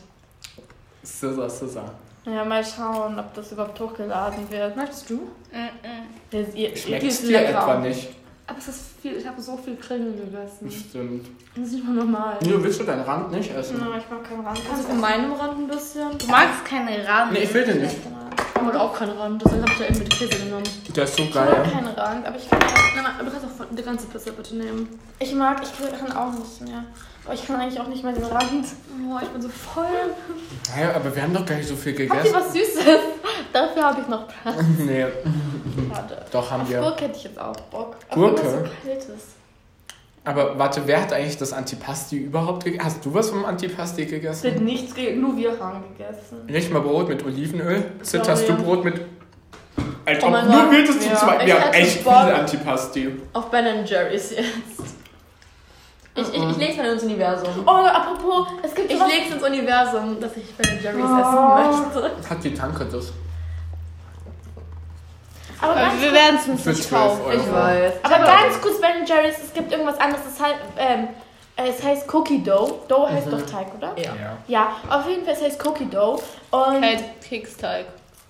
S3: Scissor, Scissor.
S5: Ja, mal schauen, ob das überhaupt hochgeladen wird.
S2: Möchtest du?
S1: Mhm.
S5: Ja, ihr-
S3: Schmeckt
S5: die ist
S3: dir
S5: lecker.
S3: etwa nicht?
S2: Aber es ist viel, ich habe so viel Kringeln gegessen.
S3: Stimmt.
S2: Das ist nicht mal normal.
S3: Nio, willst du deinen Rand nicht essen?
S5: Nein, ich mag keinen Rand.
S2: Also von meinem Rand ein bisschen.
S1: Du magst keine Rahmen.
S3: Nee, ich will den nicht.
S2: Hamburg auch keinen Rand, deshalb habe ich ja eben mit Käse genommen.
S3: Der ist so
S1: Ich mag
S3: geil.
S1: keinen Rand, aber ich kann, auch-
S2: Nein, nein, du kannst auch von- die ganze Pizza bitte nehmen.
S1: ich mag, ich kann auch nicht mehr. Aber ich kann eigentlich auch nicht mehr den Rand.
S2: Oh, ich bin so voll.
S3: Naja, aber wir haben doch gar nicht so viel
S1: Habt ihr
S3: gegessen.
S1: was Süßes? Dafür habe ich noch Platz.
S3: Nee,
S1: Schade.
S3: doch haben
S1: Auf
S3: wir.
S1: Gurke hätte ich jetzt auch Bock.
S3: Hm. Gurke?
S1: Obwohl das so kalt ist.
S3: Aber warte, wer hat eigentlich das Antipasti überhaupt gegessen? Hast du was vom Antipasti
S1: Es
S3: gegessen?
S1: wird nichts gegessen, nur wir haben gegessen.
S3: Nicht mal Brot mit Olivenöl? Zit,
S1: glaube,
S3: hast du
S1: ja.
S3: Brot mit... Als
S2: Oh
S3: ob
S2: mein
S3: nur
S2: Gott,
S3: wir das zu
S1: ja.
S3: zweit... Wir
S2: Ich
S3: haben
S2: hätte
S3: echt viel
S2: Bock.
S3: Antipasti.
S2: Auf Ben Jerry's jetzt. Ich, ich,
S5: Mhm.
S2: ich leg's mal ins Universum.
S1: Oh, apropos, es gibt
S2: Ich
S1: sowas-
S2: leg's ins Universum, dass ich Ben Jerry's
S1: Oh.
S2: essen möchte.
S3: Hat die Tanke das?
S1: aber
S5: Also
S1: ganz,
S5: wir werden es uns
S3: Für
S5: nicht
S3: 12
S5: kaufen.
S3: Euro.
S2: Ich weiß.
S1: aber ganz kurz, Ben Jerry's, es gibt irgendwas anderes. Es, heißt, ähm, es heißt Cookie Dough. Dough heißt
S3: Mhm.
S1: doch Teig, oder?
S2: Ja.
S3: Ja.
S1: Ja, auf jeden Fall, es heißt Cookie Dough. Und
S5: Halt Keksteig.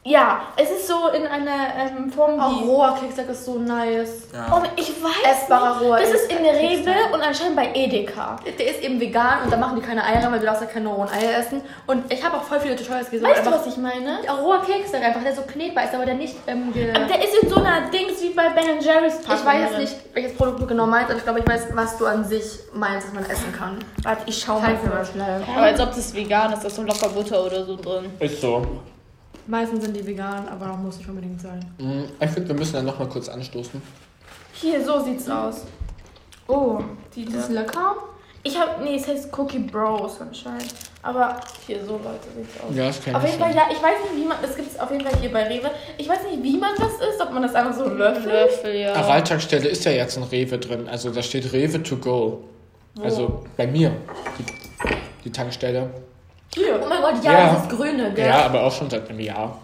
S1: ja, es ist so in einer ähm, Form
S2: Auch
S1: wie...
S2: roher Keksack ist so nice.
S1: Oh, ich weiß
S2: Essbarer roher
S1: nicht. Das ist in der Rewe
S2: Keksteig.
S1: und anscheinend bei Edeka.
S2: Der ist eben vegan und da machen die keine Eier rein, weil du darfst ja keine rohen Eier essen. Und ich habe auch voll viele Tutorials gesehen.
S1: Weißt du,
S2: einfach
S1: was ich meine?
S2: Auch roher Keksack einfach, der so knetbar ist, aber der nicht ähm, ge
S1: Aber Der ist in so einer Dings wie bei Ben Jerry's Packung
S2: Ich weiß jetzt
S1: drin.
S2: nicht, welches Produkt du genau meinst, aber ich glaube, ich weiß, was du an sich meinst, dass man essen kann.
S1: Warte, ich schau mal.
S2: Zeig Halt mir mal schnell.
S5: Aber als ob das vegan ist, da ist so locker Butter oder so drin.
S3: Ist so.
S2: Meistens sind die vegan, aber muss nicht unbedingt sein.
S3: Mm, Ich finde, wir müssen ja nochmal kurz anstoßen.
S1: Hier, so sieht's aus. Oh, die
S2: Das ist lecker.
S1: Ich hab, nee, es heißt Cookie Bros anscheinend. Aber hier, so Leute, sieht's aus.
S3: Ja, das kenn
S1: Auf
S3: ich
S1: jeden Fall,
S3: schon.
S1: ja, ich weiß nicht, wie man, es gibt's auf jeden Fall hier bei Rewe. Ich weiß nicht, wie man das isst, ob man das einfach so
S5: Mhm.
S1: löffelt.
S5: Löffel,
S3: An
S5: ja.
S3: Reitagstelle ist ja jetzt ein Rewe drin. Also da steht Rewe to go.
S1: Oh.
S3: Also bei mir. Die, die Tankstelle.
S1: Hier,
S2: Oh mein Gott, ja,
S3: Ja.
S2: das ist grüne,
S3: Ja.
S2: gell?
S3: aber auch schon seit einem Jahr.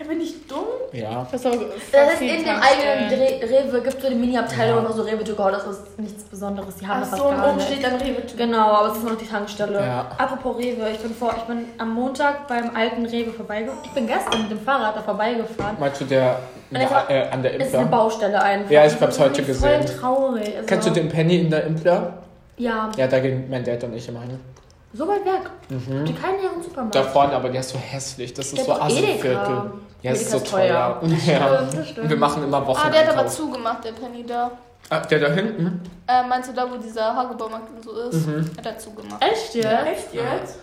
S1: hä, bin ich dumm?
S3: Ja.
S5: Das ist aber
S2: Das ist
S5: viel
S2: in dem
S5: Tankstellen.
S2: eigenen Dre- Rewe, gibt so eine Mini-Abteilung,
S3: Ja.
S2: wo so Rewe to go, das ist nichts Besonderes, die haben
S1: Ach
S2: das
S1: so, und
S2: gar
S1: oben
S2: nicht.
S1: steht dann Rewe.
S2: Genau, aber es ist nur noch die Tankstelle.
S3: Ja.
S2: Apropos Rewe, ich bin vor, ich bin am Montag beim alten Rewe vorbeigefahren. Ich bin gestern mit dem Fahrrad da vorbeigefahren.
S3: Mal zu der,
S2: Und ich hab-
S3: äh, an der
S2: Es ist eine
S3: Impler.
S2: Baustelle einfach.
S3: Ja, ich hab's heute
S2: voll
S3: gesehen.
S2: Voll traurig. Also,
S3: Kennst du den Penny in der Impler?
S2: Ja,
S3: Ja, da gehen mein Dad und ich immer hin.
S2: so weit weg. Die keinen näheren Supermarkt.
S3: Da vorne, aber der ist so hässlich. Das ist
S2: Der
S3: so
S2: hat doch eh Edeka.
S3: Assenviertel. Ja, es ist
S2: Edeka
S3: so
S2: ist teuer.
S3: teuer. Ja.
S2: stimmt, das stimmt.
S3: Wir machen immer Wochen.
S5: Ah, der hat aber zugemacht, der Penny da.
S3: ah, der da hinten?
S5: Äh, meinst du da, wo dieser Hagebaumarkt und so ist?
S3: Mhm.
S5: Hat er zugemacht.
S2: Echt jetzt?
S1: Echt jetzt?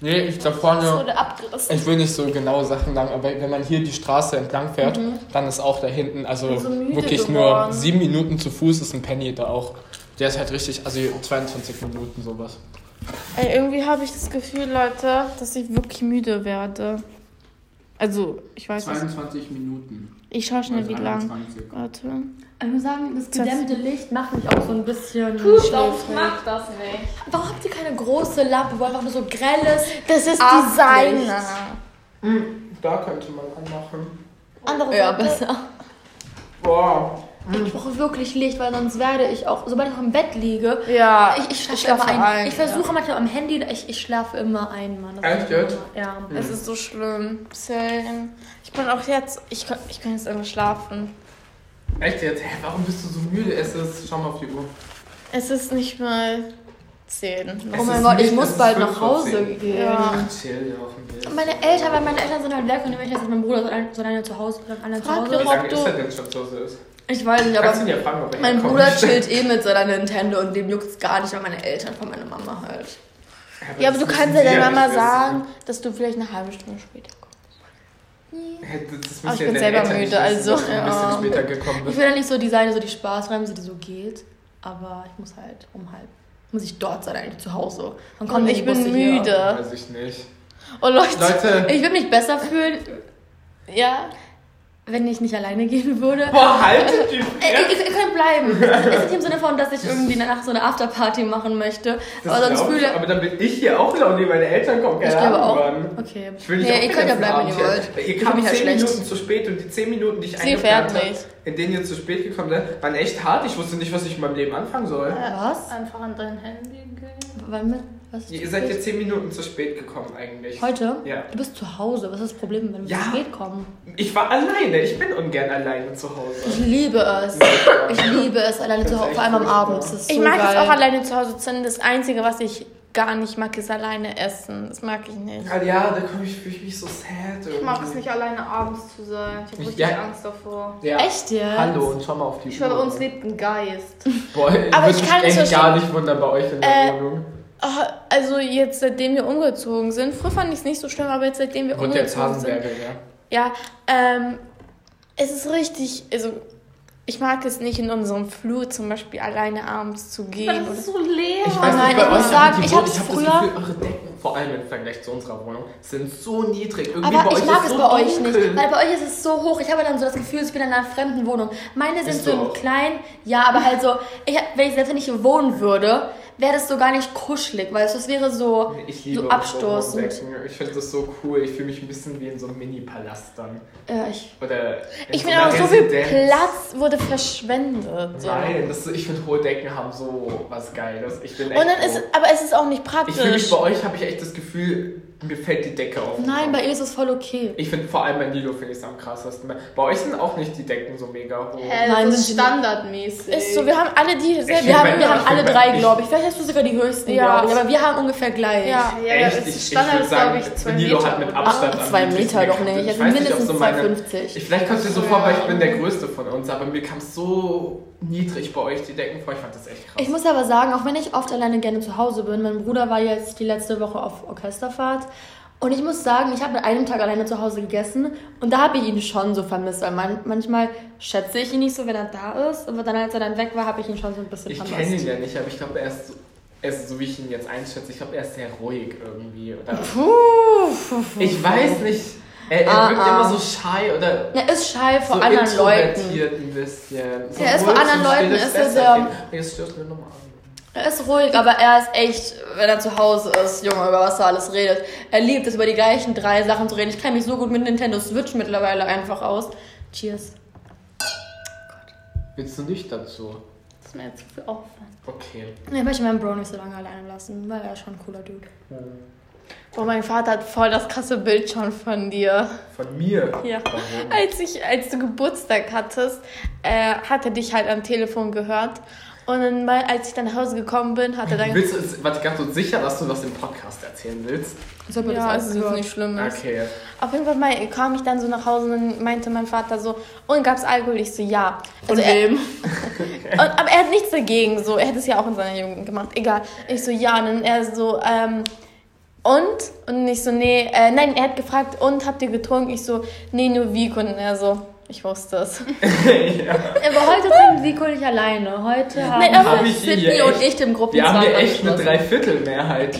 S3: Nee, ich da
S5: Das
S3: vorne.
S5: wurde abgerissen.
S3: Ich will nicht so genau Sachen sagen, aber wenn man hier die Straße entlang fährt,
S2: Mhm.
S3: dann ist auch da hinten, also
S1: bin so müde
S3: wirklich
S1: geworden.
S3: nur sieben Minuten zu Fuß ist ein Penny da auch. Der ist halt richtig, also 22 Minuten sowas.
S1: Ey, irgendwie habe ich das Gefühl, Leute, dass ich wirklich müde werde. Also, ich weiß nicht.
S3: 22 Minuten.
S1: Ich schaue schnell, wie lang. Warte.
S2: Ich muss sagen, das
S1: Das-
S2: gedämmte Licht macht mich auch so ein bisschen
S5: Doch,
S2: schläfrig.
S5: mach das nicht.
S2: Warum habt ihr keine große Lampe, wo einfach nur so grelles,
S1: Das ist
S2: Abends
S1: Designer.
S3: Da könnte man anmachen.
S2: andere
S5: Ja,
S2: besser.
S3: Boah.
S2: Ich brauche wirklich Licht, weil sonst werde ich auch, sobald ich noch im Bett liege,
S1: Ja,
S2: ich, ich schlafe
S1: schlafe
S2: immer ein.
S1: ein,
S2: Ich versuche manchmal am Handy, ich, ich schlafe immer ein, Mann. Das
S3: Echt
S2: ist immer-
S3: jetzt?
S2: Ja.
S1: es ist so schlimm. Same. Ich bin auch jetzt, ich, kann- ich kann jetzt einfach schlafen.
S3: Echt jetzt? Hä, warum bist du so müde? Es ist, schau mal auf die Uhr.
S1: Es ist nicht mal 10.
S2: Oh
S3: Es
S2: mein
S3: ist
S2: Gott, ich
S3: nicht- es
S2: muss
S3: ist
S2: bald
S3: fünf
S2: nach
S3: vor
S2: Hause
S3: zehn.
S2: gehen.
S1: Ja.
S3: Chill hier auf dem Bild.
S2: Meine Eltern, weil meine Eltern sind halt weg und ich jetzt mit meinem Bruder so alleine, so alleine zu Hause, so alleine zu
S1: Frag
S2: Hause.
S1: doch.
S3: lange
S1: ob
S3: ist
S1: du-
S3: er denn schon zu Hause ist?
S2: Ich weiß nicht,
S3: Kannst
S2: aber
S3: du ihn ja fragen, ob er
S2: mein
S3: herkommt.
S2: Bruder chillt eh mit seiner Nintendo und dem juckt's gar nicht, weil meine Eltern von meiner Mama halt.
S1: Ja, aber du
S3: das
S1: kannst ja
S3: wissen die
S1: deiner Mama
S3: nicht, wer es ist.
S1: sagen, dass du vielleicht eine halbe Stunde später kommst.
S3: Hey, Das das
S1: Aber
S3: müssen ja
S1: ich bin
S3: deine
S1: selber
S3: Eltern nicht wissen,
S1: müde,
S3: dass
S1: also,
S3: du ein bisschen
S1: ja.
S3: später gekommen
S2: Ich
S3: bist.
S2: will ja nicht so die Seite, so die Spaßbremse, die so geht, aber ich muss halt um halb. Muss ich dort sein, eigentlich zu Hause. Dann kommen
S1: Und
S2: die
S1: ich bin
S2: Busse hier.
S1: müde.
S3: Weiß ich nicht.
S1: Oh Leute.
S3: Leute,
S2: Ich würde mich besser fühlen,
S1: Ja?
S2: wenn ich nicht alleine gehen würde.
S3: boah, haltet die
S2: Ey,
S3: Fresse.
S2: ihr, ihr könnt bleiben. Es ist nicht im Sinne von, dass ich irgendwie danach so eine Afterparty machen möchte.
S3: Das
S1: Oh,
S2: aber sonst
S3: glaub ich,
S2: fühle
S3: Aber dann bin ich hier auch laut, nee, meine Eltern kommen keine
S2: Ich glaube
S3: Ahnung,
S2: auch.
S3: Mann.
S2: Okay.
S3: Ich will nicht
S2: nee, ihr könnt ja bleiben, wenn ihr wollt.
S3: wollt. Ihr
S2: Ich hab
S3: kommt
S2: mich
S3: 10
S2: ja schlecht.
S3: Minuten zu spät und die 10 Minuten, die ich
S5: Sie
S3: eingeplant
S5: fährt
S3: habe,
S5: nicht.
S3: in denen ihr zu spät gekommen seid, waren echt hart. Ich wusste nicht, was ich in meinem Leben anfangen soll.
S2: Was?
S5: Einfach an dein Handy gehen.
S2: Wann, was
S3: Ihr seid jetzt 10 Minuten zu spät gekommen eigentlich.
S2: Heute?
S3: Ja.
S2: Du bist zu Hause. Was ist das Problem, wenn wir
S3: Ja.
S2: zu spät kommen?
S3: Ich war alleine, ich bin ungern alleine zu Hause.
S2: Ich liebe es. Ich liebe es, alleine
S3: Das
S2: zu
S3: ist
S2: Hause,
S3: echt
S2: vor allem am
S3: furchtbar.
S2: Abend. Das ist so
S1: Ich mag
S2: geil.
S1: es auch alleine zu Hause zu sein. Das Einzige, was ich gar nicht, ich mag es alleine essen. Das mag ich nicht.
S3: Ah, ja, da komme ich, fühle ich mich so sad.
S5: Ich mag es nicht alleine abends zu sein. Ich habe
S3: Ich-
S5: richtig
S3: ja.
S5: Angst davor.
S3: Ja.
S1: Echt jetzt?
S3: Hallo und schau mal auf die
S5: Ich höre,
S3: Uhr.
S5: uns lebt ein Geist.
S3: Boah,
S1: Aber
S3: würd
S1: ich kann
S3: mich
S1: es
S3: echt gar nicht wundern bei euch in
S2: Äh,
S3: der Wohnung.
S1: Ah, Also jetzt, seitdem wir umgezogen sind, früher fand ich es nicht so schlimm, aber jetzt, seitdem wir
S3: Wurde jetzt
S1: umgezogen sind,
S3: Hasenberger, ja.
S1: ja, ähm, es ist richtig, also ich mag es nicht, in unserem Flur zum Beispiel alleine abends zu gehen. Oder,
S5: so leer.
S3: Ich weiß
S2: nein,
S3: nicht,
S2: ich
S3: bei euch,
S2: muss sagen,
S3: aber die
S2: ich
S3: Wohn-
S2: hab's
S3: hab
S2: früher-
S3: das Gefühl, eure Decken, vor allem im Vergleich zu unserer Wohnung, sind so niedrig. Irgendwie
S2: Aber
S3: bei
S2: ich
S3: euch
S2: mag
S3: ist
S2: es
S3: so
S2: bei euch
S3: dunkel.
S2: nicht, weil bei euch ist es so hoch. Ich habe dann so das Gefühl, ich bin in einer fremden Wohnung. Meine sind
S3: Bist
S2: so
S3: du
S2: im
S3: auch.
S2: kleinen, ja, aber halt so, ich, wenn ich selbst wenn ich hier wohnen würde, wäre das so gar nicht kuschelig, weil es wäre so,
S3: Ich liebe
S2: so
S3: unsere
S2: abstoßend.
S3: Wohndecken. Ich finde das so cool. Ich fühle mich ein bisschen wie in so einem Mini-Palast dann.
S2: Ja, äh, ich,
S3: Oder in
S1: ich
S3: so
S1: finde
S3: einer
S1: auch so viel
S3: Residenz.
S1: Platz wurde verschwendet. So.
S3: Nein, das, ich finde hohe Decken haben so was Geiles. Ich bin echt
S1: Und dann ist,
S3: froh.
S1: aber es ist auch nicht
S3: oh. Ich fühle mich
S1: praktisch.
S3: bei euch, habe ich echt das Gefühl, mir fällt die Decke auf. den
S2: nein,
S3: Kopf.
S2: bei ihr ist es voll okay.
S3: Ich finde vor allem bei Nilo finde ich es am krassesten. Bei euch sind auch nicht die Decken so mega hoch.
S5: Äh,
S2: Nein,
S5: das ist
S2: sind die-
S5: standardmäßig.
S1: Ist so, wir haben alle die
S3: Ich
S2: Wir
S3: find
S2: haben,
S3: bei-
S2: wir haben
S3: ich find
S2: alle
S3: bei-
S2: drei,
S3: ich-
S2: glaube ich. Vielleicht hast du sogar die höchsten,
S1: Ja.
S2: glaube ich. Aber wir haben ungefähr gleich.
S1: Ja.
S5: ja,
S3: Echt?
S5: das
S3: Ich-
S5: ist
S3: ich würd
S5: Standard ist, glaube
S3: sagen,
S5: ich, zwei
S3: Nilo
S5: Meter.
S3: hat mit
S5: oder?
S2: Ach,
S3: Abstand am
S2: zwei
S3: niedrigsten
S2: Meter doch
S3: gekackt.
S2: nicht.
S3: Ich
S2: Also
S3: weiß nicht, ob
S2: mindestens
S3: so meine-
S2: 2,50.
S3: Ich, vielleicht kommt es dir so vor, weil ich bin der Größte von uns, aber mir kam es so niedrig bei euch die Decken vor. Ich fand das echt krass.
S2: Ich muss aber sagen, auch wenn ich oft alleine gerne zu Hause bin, mein Bruder war jetzt die letzte Woche auf Orchesterfahrt. Und ich muss sagen, ich habe an einem Tag alleine zu Hause gegessen und da habe ich ihn schon so vermisst, weil man, manchmal schätze ich ihn nicht so, wenn er da ist. Aber dann, als er dann weg war, habe ich ihn schon so ein bisschen
S3: ich
S2: vermisst.
S3: kenne ihn ja nicht, aber ich glaube, er ist, so- also so wie ich ihn jetzt einschätze, ich glaube, er ist sehr ruhig irgendwie. Oder ich weiß nicht. Er, er
S2: Ah,
S3: wirkt
S2: ah.
S3: immer so shy oder
S2: Er ist schei vor
S3: so
S2: anderen Leuten.
S3: introvertiert ein bisschen. So
S2: Er ist vor
S3: ruhig, so
S2: anderen
S3: ein
S2: Leuten,
S3: stilles
S2: ist er
S3: Wässerchen. Jetzt stört mir nochmal an.
S2: Er ist ruhig, aber er ist echt, wenn er zu Hause ist, Junge, über was er alles redet. Er liebt es, über die gleichen drei Sachen zu reden. Ich kenne mich so gut mit Nintendo Switch mittlerweile einfach aus. Cheers.
S3: Willst du nicht dazu?
S5: Das ist mir jetzt zu viel Aufwand.
S3: Okay.
S2: Ich möchte meinen Bro nicht so lange alleine lassen, weil er ist schon ein cooler Dude.
S1: Boah, Oh, mein Vater hat voll das krasse Bild schon von dir.
S3: Von mir?
S1: Ja.
S3: Warum?
S1: Als, ich, als du Geburtstag hattest, äh, hat er dich halt am Telefon gehört. Und dann mal, als ich dann nach Hause gekommen bin, hat er dann
S3: Willst du, ist- warte, ganz so sicher, dass du das im Podcast erzählen willst?
S2: Ich hab mir
S1: Ja,
S2: das
S1: es ist jetzt
S2: angehört.
S1: nicht schlimm.
S3: Okay.
S1: Auf jeden Fall mal, kam ich dann so nach Hause und dann meinte mein Vater so, und gab's Alkohol? Ich so, ja. Also er, und, aber er hat nichts dagegen, so, er hätte es ja auch in seiner Jugend gemacht, egal. Ich so, ja, und dann er so, ähm, und? Und ich so, nee, äh, nein, er hat gefragt, und habt ihr getrunken? Ich so, nee, nur Vico. Und er so, ich wusste es.
S2: Aber heute trinkt Vico nicht alleine. Heute haben
S1: Nein, aber
S3: Hab ich ihn
S2: Sydney
S3: hier
S2: und ich
S3: echt-
S2: im
S3: Wir
S2: Gruppenzwang
S3: haben hier echt eine
S2: angeschlossen.
S3: Dreiviertelmehrheit.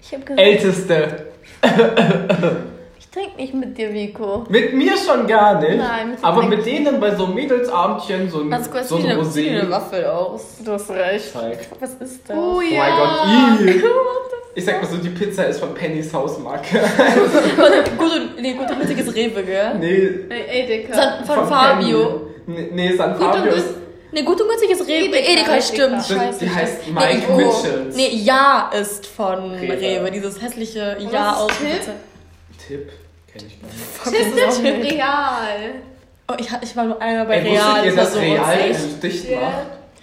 S1: Ich hab gesagt,
S3: Älteste.
S1: ich trink nicht mit dir, Vico.
S3: Mit mir schon gar nicht.
S1: Nein, mit dir
S3: aber
S1: nicht.
S3: mit denen bei so einem Mädelsabendchen, so ein,
S2: Ganz kurz,
S3: so
S2: wie
S3: ein
S2: eine- wie eine
S3: Rosé.
S2: Waffel aus.
S1: Du hast recht.
S3: Zeig.
S1: Was ist das?
S5: Oh
S3: Oh
S5: ja.
S3: mein Gott, ih. Ich sag mal so, die Pizza ist von Pennys Hausmarke.
S2: Gut und, nee, gut und witziges Rewe, gell?
S3: nee,
S5: Ey, ey, Dicker.
S2: San, von, Fabio.
S3: Penny. Nee, nee, San
S2: Gut und
S3: Fabio. ist-
S2: witz- Nee, gut und witziges Rewe.
S5: Edeka,
S2: Edeka,
S5: Edeka.
S2: stimmt.
S5: Das-
S2: Scheiße.
S3: Die heißt
S2: Nee,
S3: Mike
S2: Ivo.
S3: Mitchells.
S2: Nee, Ja ist von
S3: Rewe.
S2: Rewe. Dieses hässliche
S5: Und
S2: Ja
S5: was
S2: aus.
S5: ist Tipp?
S3: Tipp. Kenn ich gar nicht.
S5: Chips ist im Real.
S2: Oh, ich, ich war nur einmal bei
S3: Ey,
S2: Real.
S3: wusstet ihr,
S2: das war
S3: dass
S2: so
S3: Real
S2: witzig.
S3: einen dicht
S5: Ja.
S3: macht?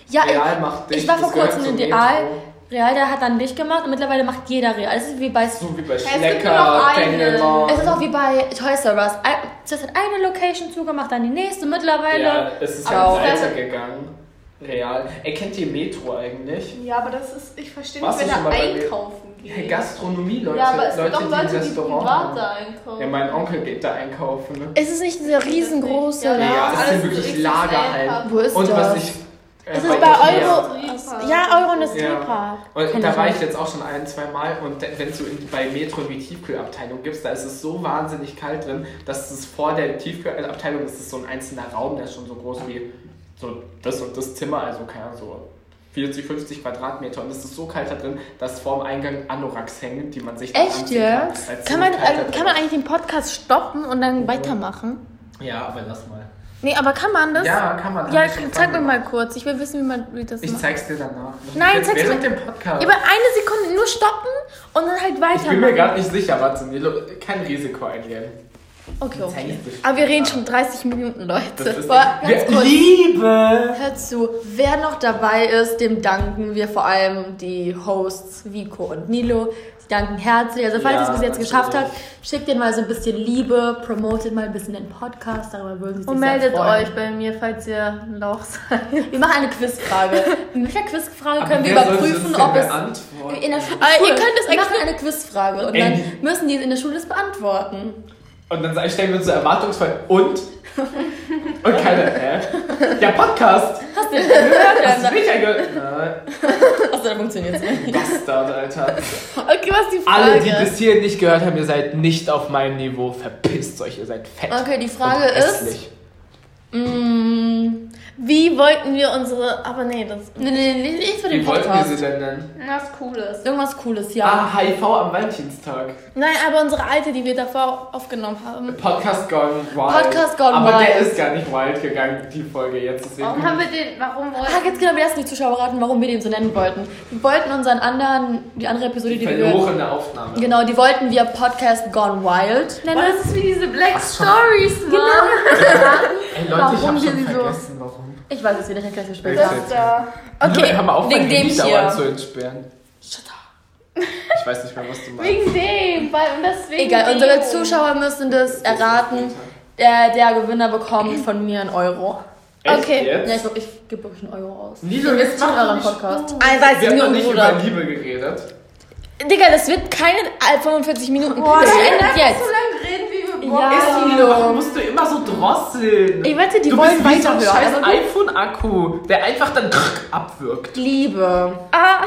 S2: Ja,
S3: Real macht
S2: ich,
S3: dicht.
S2: ich war vor
S3: das gehört
S2: kurzem in
S3: zum
S2: Real.
S3: Metro.
S2: Real, der hat dann dicht gemacht und mittlerweile macht jeder Real. Es ist wie bei.
S3: So wie bei
S5: gibt nur
S3: Schlecker,
S5: noch einen.
S3: Tengelmann.
S2: Es ist auch wie bei Toys R Us. Ein- Das hat eine Location zugemacht, dann die nächste mittlerweile.
S3: Ja, es ist ja
S2: Ciao.
S3: weitergegangen. Real. Ey, kennt ihr Metro eigentlich?
S5: Ja, aber das ist, ich verstehe
S3: Warst
S5: nicht,
S3: du
S5: wenn
S3: schon
S5: da
S3: mal bei mir?
S5: einkaufen geht.
S3: Hey, Gastronomie, Leute.
S5: ja, aber es
S3: Leute,
S5: gibt auch Leute,
S3: die,
S5: die
S3: Restaurant
S5: privat da
S3: haben.
S5: einkaufen.
S3: Ja, mein Onkel geht da einkaufen. Ne?
S1: Ist es nicht dieser riesengroße
S5: Ja,
S1: Laden?
S3: Ja, es
S5: alles
S3: sind
S5: so
S3: wirklich halt.
S5: richtig
S3: Lagerhallen.
S5: Self-Hub.
S2: Wo ist
S3: Und
S2: das?
S3: was ich. äh,
S1: Es ist bei
S3: Ikea-
S1: Euro.
S5: Industriepark.
S1: Ja, Euro Industriepark.
S3: Ja. Und
S2: Kenn
S3: da
S2: ich
S3: war
S2: nicht.
S3: ich jetzt auch schon ein, zwei Mal und wenn du in, bei Metro in die Tiefkühlabteilung gibst, da ist es so wahnsinnig kalt drin, dass es vor der Tiefkühlabteilung ist es so ein einzelner Raum, der ist schon so groß wie so das und das Zimmer, also keine Ahnung, so 40, 50 Quadratmeter und es ist so kalt da drin, dass vorm Eingang Anoraks hängen, die man sich dann
S1: Echt
S3: anziehen
S1: jetzt?
S3: Weil es
S1: Kann
S3: so
S1: man,
S3: kalt da
S1: äh,
S3: drin
S1: kann man
S3: ist.
S1: eigentlich den Podcast stoppen und dann weitermachen?
S3: Ja, aber lass mal.
S1: Nee, aber kann man das?
S3: Ja, kann man.
S1: Ja,
S3: Hab ich schon
S1: zeig mir
S3: vorhin
S1: mal
S3: gemacht.
S1: kurz. Ich will wissen, wie man wie das
S3: Ich
S1: macht.
S3: zeig's dir danach.
S1: Nein,
S3: Jetzt
S1: zeig's mir-
S3: während dem Podcast.
S1: Über eine Sekunde nur stoppen und dann halt
S3: Ich bin mir
S1: weitermachen.
S3: gerade nicht sicher, warte, Nilo, kein Risiko eingehen.
S1: Okay, okay.
S3: Zeitlich.
S1: Aber wir reden schon 30 Minuten,
S3: Das
S1: Leute.
S3: ist-
S2: Boah, ganz
S3: Wir-
S2: kurz.
S3: Liebe!
S2: Hört zu, wer noch dabei ist, dem danken wir vor allem die Hosts Vico und Nilo. Sie danken herzlich. Also falls
S3: Ja,
S2: ihr es bis jetzt geschafft habt,
S3: natürlich.
S2: schickt denen mal so ein bisschen Liebe, promotet mal ein bisschen den Podcast, darüber würden sie sich
S1: Und
S2: sehr
S1: meldet
S2: freuen.
S1: euch bei mir, falls ihr ein Lauch seid.
S2: Wir machen eine Quizfrage. Mit der Quizfrage können wir
S3: Wer soll
S2: überprüfen,
S3: das denn
S2: ob es
S3: beantworten?
S2: in der Schule.
S1: Ah, ihr könnt es
S2: wir
S1: extra-
S2: machen eine Quizfrage und
S3: Ey.
S2: dann müssen die in der Schule das beantworten.
S3: Und dann sag- stellen wir uns so erwartungsvoll und? Und keiner, hä? Der Podcast!
S2: Hast du nicht gehört?
S3: Hast du nicht angehört? Nein,
S2: Achso, dann funktioniert es nicht.
S3: Bastard, Alter.
S1: Okay, was ist die Frage?
S3: Alle, die bis hierhin nicht gehört haben, ihr seid nicht auf meinem Niveau. Verpisst euch, ihr seid fett.
S2: Okay, die
S3: und
S2: Frage ist.
S3: hässlich.
S2: Mm,
S1: Wie wollten wir unsere. Aber nee, das.
S2: nee, nee, nee, nicht für den
S3: Wie wollten wir
S2: Podcast.
S3: sie denn nennen?
S5: Was Cooles.
S2: Irgendwas Cooles, ja.
S3: Ah, HIV am Valentinstag.
S1: Nein, aber unsere alte, die wir davor aufgenommen haben.
S3: Podcast Gone Wild.
S2: Podcast gone
S3: Aber der
S2: wild.
S3: ist gar nicht wild gegangen, die Folge jetzt. Deswegen
S5: Warum haben wir den? Warum
S2: Ah,
S5: wollten
S2: jetzt genau, wir lassen die Zuschauer raten, warum wir den so nennen wollten. Wir wollten unseren anderen, die andere Episode, die wir.
S3: verlorene Aufnahme.
S2: Genau, die wollten wir Podcast Gone Wild
S5: Boah,
S2: nennen.
S5: das ist wie diese Black Stories, Mann.
S3: Ey, Leute, ich
S2: Warum
S3: hab
S2: wir
S3: schon
S2: sie so-
S3: vergessen, warum.
S2: Ich weiß es wieder, ich erkläre es später.
S3: Das ist
S5: Da.
S3: Okay, hör mal auf,
S2: wegen
S3: deine
S2: dem
S3: Lieder
S2: hier.
S3: mal zu entsperren.
S2: Shut up.
S3: Ich weiß nicht mehr, was du meinst.
S5: Wegen dem, weil und deswegen.
S2: Egal, unsere
S5: dem.
S2: Zuschauer müssen das erraten. Der, der Gewinner bekommt von mir einen Euro.
S3: Echt
S1: Okay.
S3: jetzt?
S2: Ja, ich, glaub, ich gebe wirklich einen Euro aus.
S3: Lilo,
S2: Ihr
S3: jetzt
S2: wisst schon
S3: mach doch
S2: euren
S3: nicht
S2: Podcast.
S1: Ein weiß
S3: Hm. Wir haben noch
S1: Minuten,
S3: nicht
S1: Bruder.
S3: über Liebe geredet.
S1: Digga, das wird keine 45 Minuten. das endet jetzt.
S5: So lange reden wie wir
S2: Ja.
S5: wollen.
S3: Lilo, warum musst du immer so drosseln?
S1: Ich wette, die
S3: du
S1: wollen
S3: bist wie so ein
S1: weiterhören.
S3: scheiß
S1: aber-
S3: iPhone-Akku, der einfach dann abwirkt.
S2: Liebe.
S1: Ah.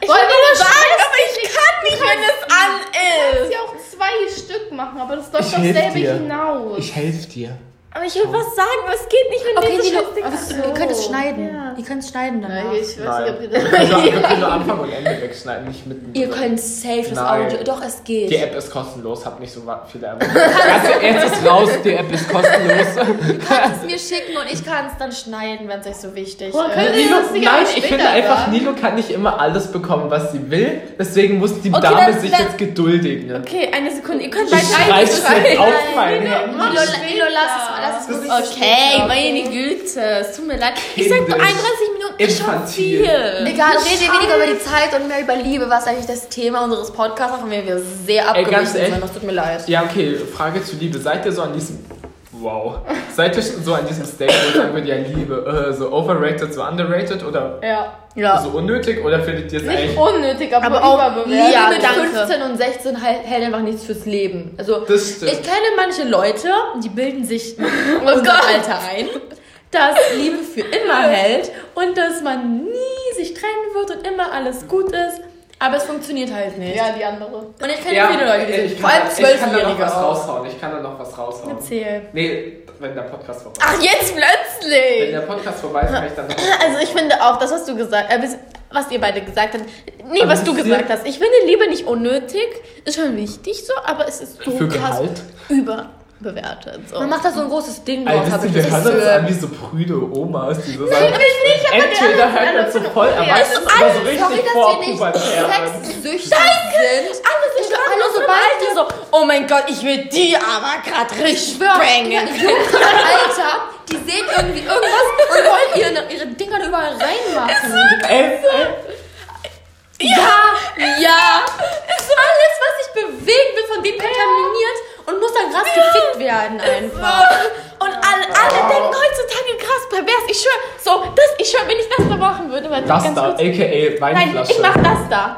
S1: Ich wollte nur sagen, aber ich kann nicht, wenn es an
S5: Ich
S1: ist.
S5: kann auch zwei Stück machen, aber das läuft
S3: Ich helf
S5: dasselbe
S3: dir.
S5: hinaus.
S3: helfe dir.
S1: Aber ich will was sagen, aber es geht nicht, wenn
S2: Okay, Lilo,
S1: okay, dieses
S5: also,
S1: Ding
S2: was, ihr könnt es schneiden. Ihr könnt es schneiden danach.
S5: Ich weiß nicht, ob ihr
S3: Nein.
S5: das.
S3: Wir können nur Anfang und Ende wegschneiden, nicht mitten.
S2: Ihr
S3: drin.
S2: könnt safe das
S3: Nein.
S2: Audio. Doch, es
S3: Die
S2: geht.
S3: App ist kostenlos, hab nicht so wa- viele Erwartungen. Erst ist raus, die App ist kostenlos.
S2: Ihr könnt es mir schicken und ich kann es dann schneiden, wenn es euch so wichtig
S5: Boah,
S2: ist.
S5: könnt ihr
S3: Nilo,
S5: das nicht
S3: nein,
S5: aber
S3: ich
S5: später
S3: finde einfach,
S5: sagen?
S3: Nilo kann nicht immer alles bekommen, was sie will. Deswegen muss die
S2: Okay,
S3: Dame
S2: dann-
S3: sich
S2: dann-
S3: jetzt geduldigen.
S1: Okay, eine Sekunde. Ihr könnt
S3: Ich reiß es jetzt auffallen.
S2: Lilo, Lilo, lass es, lass es wirklich
S1: Okay, meine Güte, es tut mir leid. Ich sag nur
S3: Kindisch.
S1: 31 Minuten, ich hab
S3: Infantil.
S1: viel.
S2: Egal, reden wir weniger über die Zeit und mehr über Liebe, was eigentlich das Thema unseres Podcasts ist, von dem wir sehr
S3: Ey, ganz
S2: abgewichen sind.
S3: ehrlich.
S2: Das tut mir leid.
S3: Ja, okay, Frage zu Liebe. Seid ihr so an diesem. Wow. Seid ihr so an diesem Stage, wo sagen wir ja Liebe, äh, so overrated, so underrated oder
S5: Ja.
S1: Ja.
S3: so unnötig oder findet ihr es
S5: Nicht
S3: eigentlich.
S5: unnötig, aber,
S1: Aber auch
S5: überbewertet.
S1: Ja,
S2: Liebe mit
S1: danke.
S2: 15 und 16 hält hält einfach nichts fürs Leben. Also,
S3: Das stimmt.
S2: ich kenne manche Leute, die bilden sich in unserem Alter ein, dass Liebe für immer hält und dass man nie sich trennen wird und immer alles gut ist. Aber es funktioniert halt nicht.
S5: Ja, die andere.
S2: Und ich kenne viele Leute, die
S3: ich
S2: sind vor
S3: kann,
S2: allem
S3: da- ich kann da noch
S2: Zwölfjährige.
S3: was
S2: auch.
S3: raushauen. Ich kann da noch was raushauen.
S2: Erzähl.
S3: Nee, wenn der Podcast vorbei ist.
S1: Ach, jetzt
S3: Wenn
S1: plötzlich.
S3: der Podcast vorbei ist, kann ich dann noch.
S1: Also ich finde auch, das, was du gesagt äh, was ihr beide gesagt habt, nee,
S3: Aber
S1: was
S3: es
S1: du
S3: ist
S1: gesagt
S3: sehr-
S1: hast. Ich finde Liebe nicht unnötig, ist schon wichtig so, aber es ist so
S3: Für
S1: krass
S3: Gehalt?
S1: überbewertet. So.
S2: Man macht da so ein großes Ding
S3: Ey,
S2: draus,
S3: wisst
S2: habe
S3: ihr,
S2: ich
S3: wir
S2: das
S3: hören uns an
S2: Gefühl.
S3: wie so prüde Omas, die so sagen, entweder hören wir uns so voll
S2: Es
S3: erwachsen
S2: ist
S3: oder so
S2: alles, sorry,
S3: richtig
S2: dass wir
S3: vorpubertär.
S2: nicht sexsüchtig sind.
S1: alles ist
S2: alle
S1: nur
S2: so
S1: die so, oh mein Gott, ich will die aber gerade richtig sprengen.
S2: Alter, die sehen irgendwie irgendwas und wollen ihre, ihre Dinger da überall reinmachen.
S3: Ey, ey,
S2: Ja, ja. Ist alles, was sich bewegt, wird von denen kontaminiert und muss dann krass gefickt werden einfach.
S1: Und alle, alle denken heutzutage krass pervers. Ich schwör, so, das, ich schwör, wenn ich das da machen würde, weil
S3: Das
S1: ganz
S3: da,
S1: kurz-
S3: a.k.a.
S1: Nein,
S3: Weinflasche.
S1: ich mach das da.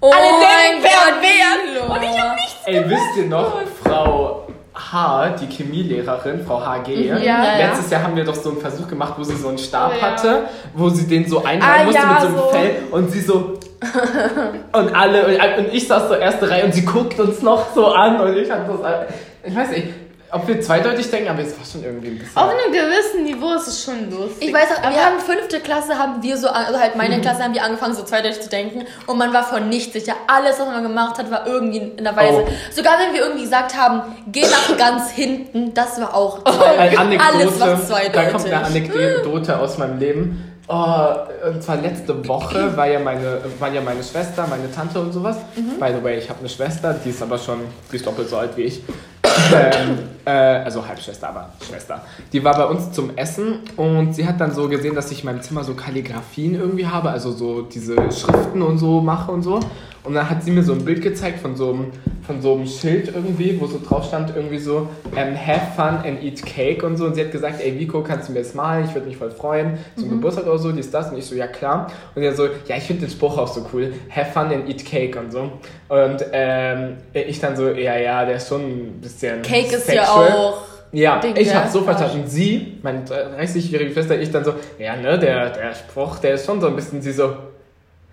S2: Oh
S1: Alle
S2: mein
S1: denken
S2: Gott,
S1: pervers.
S2: Lilo.
S1: Und ich hab nichts.
S3: Ey, wisst ihr noch, Frau H., die Chemielehrerin, Frau HG,
S1: Mhm, ja, ja.
S3: letztes Jahr haben wir doch so einen Versuch gemacht, wo sie so einen Stab
S5: Oh, ja.
S3: hatte, wo sie den so einbauen
S1: Ah,
S3: musste
S1: ja,
S3: mit so einem
S1: so.
S3: Fell und sie so. und alle, und, und ich saß so erste Reihe und sie guckt uns noch so an und ich hab das. Ich weiß nicht, ob wir zweideutig denken, aber es war schon irgendwie ein bisschen.
S5: Auf einem gewissen Niveau ist es schon lustig.
S2: Ich weiß auch, wir haben fünfte Klasse, haben wir so, an- also halt
S3: Mhm.
S2: meine Klasse haben wir angefangen, so zweideutig zu denken und man war von nichts sicher. Alles, was man gemacht hat, war irgendwie in der Weise.
S3: Oh.
S2: Sogar wenn wir irgendwie gesagt haben, geh nach ganz hinten, das war auch
S3: Oh, Eine
S2: zweideutig.
S3: Äh, Anekdote.
S2: Alles war
S3: da kommt
S2: zweideutig.
S3: eine Anekdote aus meinem Leben. Oh, und zwar letzte Woche war ja meine, waren ja meine Schwester, meine Tante und sowas. By the way, ich habe eine Schwester, die ist aber schon, die ist doppelt so alt wie ich. ähm, äh, also Halbschwester, aber Schwester, die war bei uns zum Essen und sie hat dann so gesehen, dass ich in meinem Zimmer so Kalligrafien irgendwie habe, also so diese Schriften und so mache und so. Und dann hat sie mir so ein Bild gezeigt von so einem, von so einem Schild irgendwie, wo so drauf stand irgendwie so, ähm, have fun and eat cake und so. Und sie hat gesagt, ey Vico, kannst du mir das malen? Ich würde mich voll freuen. Zum
S2: Mhm.
S3: Geburtstag oder so, dies, das. Und ich so, ja klar. Und er so, ja, ich finde den Spruch auch so cool. Have fun and eat cake und so. Und ähm, ich dann so, ja, ja, der ist schon ein bisschen
S2: Cake ist ja
S3: sexual.
S2: auch.
S3: Ja,
S2: Ding,
S3: ich
S2: ne?
S3: hab's so verstanden. Sie, äh, meine 30-jährige Schwester, ich dann so, ja, ne, der, der Spruch, der ist schon so ein bisschen, sie so,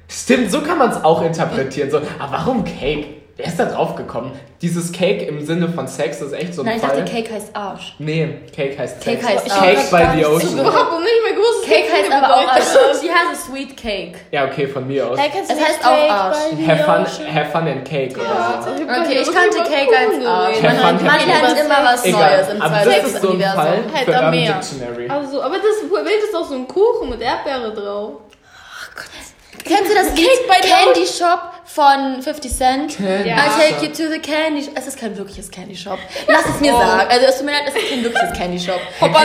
S3: stimmt, so kann man's auch interpretieren. So, aber warum Cake? Wer ist da drauf gekommen? Dieses Cake im Sinne von Sex ist echt so ein
S2: Nein, ich
S3: Fall.
S2: dachte, Cake heißt Arsch.
S3: nee, Cake heißt
S2: Cake
S3: Sex.
S2: heißt
S3: Cake
S2: Arsch.
S3: by the
S5: Ich
S3: Ocean.
S5: überhaupt nicht mehr großes
S2: Cake heißt
S5: Kind
S2: aber auch
S5: bedeutet.
S2: Arsch. She has a sweet cake.
S3: Ja, okay, von mir aus.
S5: Hey, kannst du
S2: Es
S5: nicht
S2: heißt auch
S5: Cake
S2: Arsch.
S5: bei
S3: Have
S5: mir?
S3: fun, have fun and cake oder so.
S2: Okay, ich kannte Cake als Arsch.
S3: Kein
S2: Man,
S3: Fun,
S2: man
S3: kein
S2: lernt
S5: Fun.
S2: immer was
S3: Egal,
S2: Neues im
S3: aber das ist so ein Fall
S2: Zweifelsuniversum.
S5: Halt
S3: für
S5: am
S3: Urban
S5: Meer.
S3: Dictionary.
S5: Also, aber das Bild ist auch so ein Kuchen mit Erdbeere drauf.
S2: Kennst du das Lied Candy Shop von 50 Cent?
S3: Candy
S2: I take
S3: Shop.
S2: you to the Candy Shop. Es ist kein wirkliches Candy Shop. Lass es mir sagen. Also es tut mir leid, es ist kein wirkliches Candy Shop. Oder